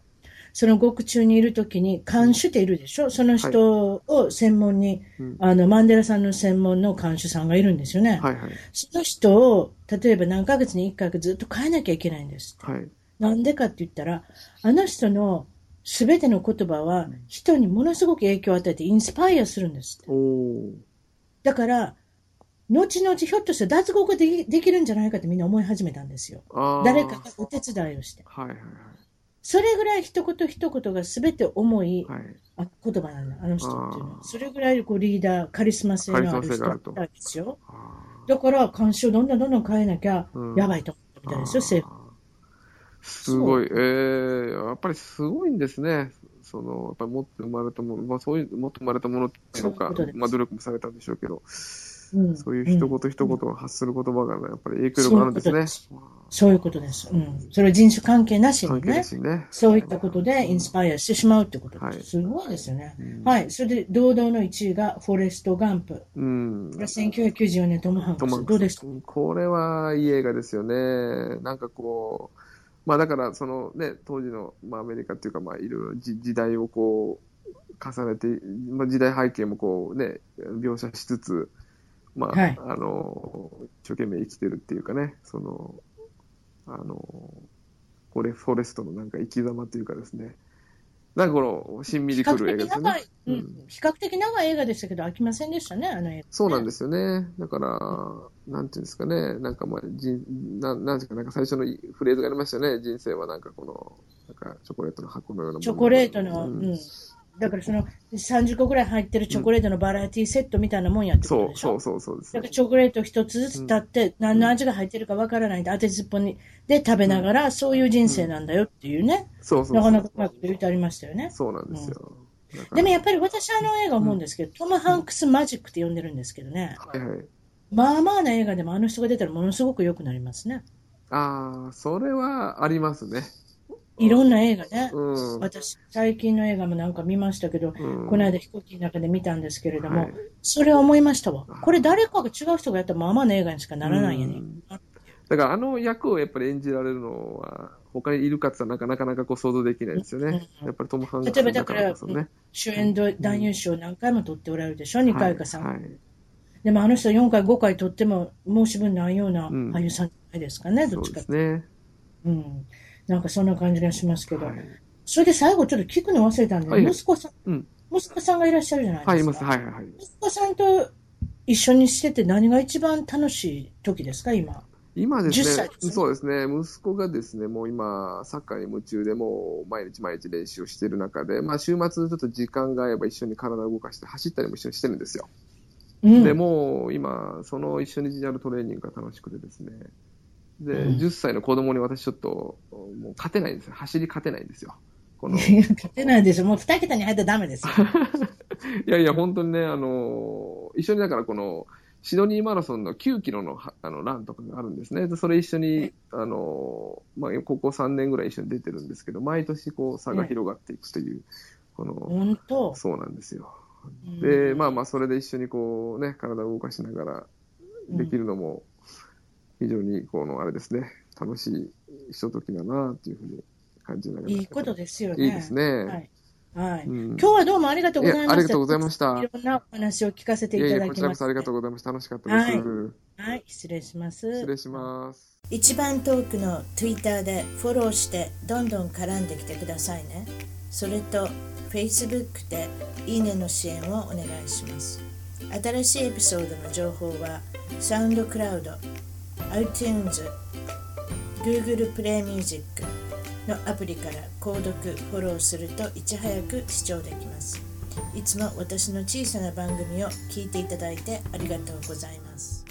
その獄中にいるときに看守っているでしょ、その人を専門に、うんあのマンデラさんの専門の看守さんがいるんですよね。はいはい、その人を例えば何ヶ月に1回かずっと変えなきゃいけないんですって。はい、なんでかって言ったら、あの人のすべての言葉は人にものすごく影響を与えてインスパイアするんですって。おー、だから、後々ひょっとして脱獄ができできるんじゃないかってみんな思い始めたんですよ。あー誰かがお手伝いをして。はいはいそれぐらい一言一言がすべて重いはい、はい、あ言葉なんだ、あの人っていうのあは。ーそれぐらいこうリーダー、カリスマ性のある人だったんですよ。あーだから、監視をどんどんどんどん変えなきゃうん、やばいと思ったみたいですよ、政府。あーすごい、えー、やっぱりすごいんですね、そのやっぱり持って生まれたもの、まあ、そういう持って生まれたものっていうのそかういうことで、すまあ、努力もされたんでしょうけど、うんそういう一言一言を発する言葉が、ね、やっぱり影響力あるんですね。そういうことです。うん。それは人種関係なし関に係なね、しにね。そういったことでインスパイアしてしまうってことはでいす。すごいですよね。うんはい。それで、堂々の1位がフォレスト・ガンプ。うん。これ1994年トム・ハントクマンス。クどうスでしたこれはいい映画ですよね。なんかこう、まあだからそのね、当時の、まあ、アメリカっていうか、まあいろいろ時時代をこう、重ねて、まあ、時代背景もこうね、描写しつつ、まあ、はいあの、一生懸命生きてるっていうかね、その、あの、フォレフォレストのなんか生き様というかですね、なんかこの、しんみ比りく較る映画的ですよ長ねい。、うんうん比較的長い映画でしたけど、飽きませんでしたね、あの映画。そうなんでですよね。だから、なんていうんですかね。なんかまあ、人、なん、なんていうか、なんか最初のフレーズがありましたよね。人生はなんかこの、なんかチョコレートの箱のようなものチョコレートの、ううんん。だからその30個ぐらい入ってるチョコレートのバラエティセットみたいなもんやってこそとうでしょそうそうそうですだ。からチョコレート一つずつ立って、何の味が入ってるかわからないんで、当てずっぽにで食べながら、そういう人生なんだよっていうね、そうそうなそかなかうう。まく言うてありましたよね。そうなんですよ。だからでもやっぱり私あの映画思うんですけど、トム・ハンクス・マジックって呼んでるんですけどね、はいはい。まあまあな映画でもあの人が出たらものすごく良くなりますね。ああ、それはありますね。いろんな映画ね。うん。私、最近の映画もなんか見ましたけど、うんこの間飛行機の中で見たんですけれども、はいそれ思いましたわ。これ誰かが違う人がやったらまあまあな映画にしかならないよね。うんだからあの役をやっぱり演じられるのは、他にいるかって言ったらなかなかこう想像できないですよね。うんやっぱりトム・ハンクス例えばだからこそね。主演ど男優賞何回も取っておられるでしょ、2回か3回。はいはいでもあの人4回、5回取っても申し分ないようなうん俳優さんじゃないですかね、どそっうちかでってすね。うん。なんかそんな感じがしますけど。はいそれで最後ちょっと聞くの忘れたんで、はいはい息子さん、うん息子さんがいらっしゃるじゃないですか。はい、います。はい、はいはい。息子さんと一緒にしてて何が一番楽しい時ですか、今。今ですね、 10歳ですねそうですね、息子がですね、もう今、サッカーに夢中で、もう毎日毎日練習をしている中で、まあ、週末、ちょっと時間があれば一緒に体を動かして、走ったりも一緒にしてるんですよ。うん、でもう今、その一緒にやるトレーニングが楽しくてですね、で、うん10歳の子供に私、ちょっと、もう勝てないんですよ、走り勝てないんですよ。 (laughs) この、いや、勝てないでしょ。もう二桁に入ったらダメ (laughs) ですよ。いやいや、本当にね、あのー一緒にだからこの、シドニーマラソンの9キロのはあのランとかがあるんですね。でそれ一緒に、あのーまあ、ここ3年ぐらい一緒に出てるんですけど、毎年こう差が広がっていくという、この、本当。そうなんですよ。うんで、まあまあ、それで一緒にこうね、体を動かしながらできるのも、非常に、この、あれですね、楽しいひとときだな、というふうに感じながら。いいことですよね。いいですね。はい。はい。う今ん日はどうもありがとうございました。いやありがとうございましたいろんなお話を聞かせていいやいたや、だこきちらまこした。そありがとうございました。楽しかったです。はいはい、失礼します。失礼します。一番トークの Twitter でフォローしてどんどん絡んできてくださいねそれと Facebook でいいねの支援をお願いします新しいエピソードの情報はサウンドクラウド iTunes Google プレイミュージックのアプリから購読フォローするといち早く視聴できますいつも私の小さな番組を聞いていただいてありがとうございます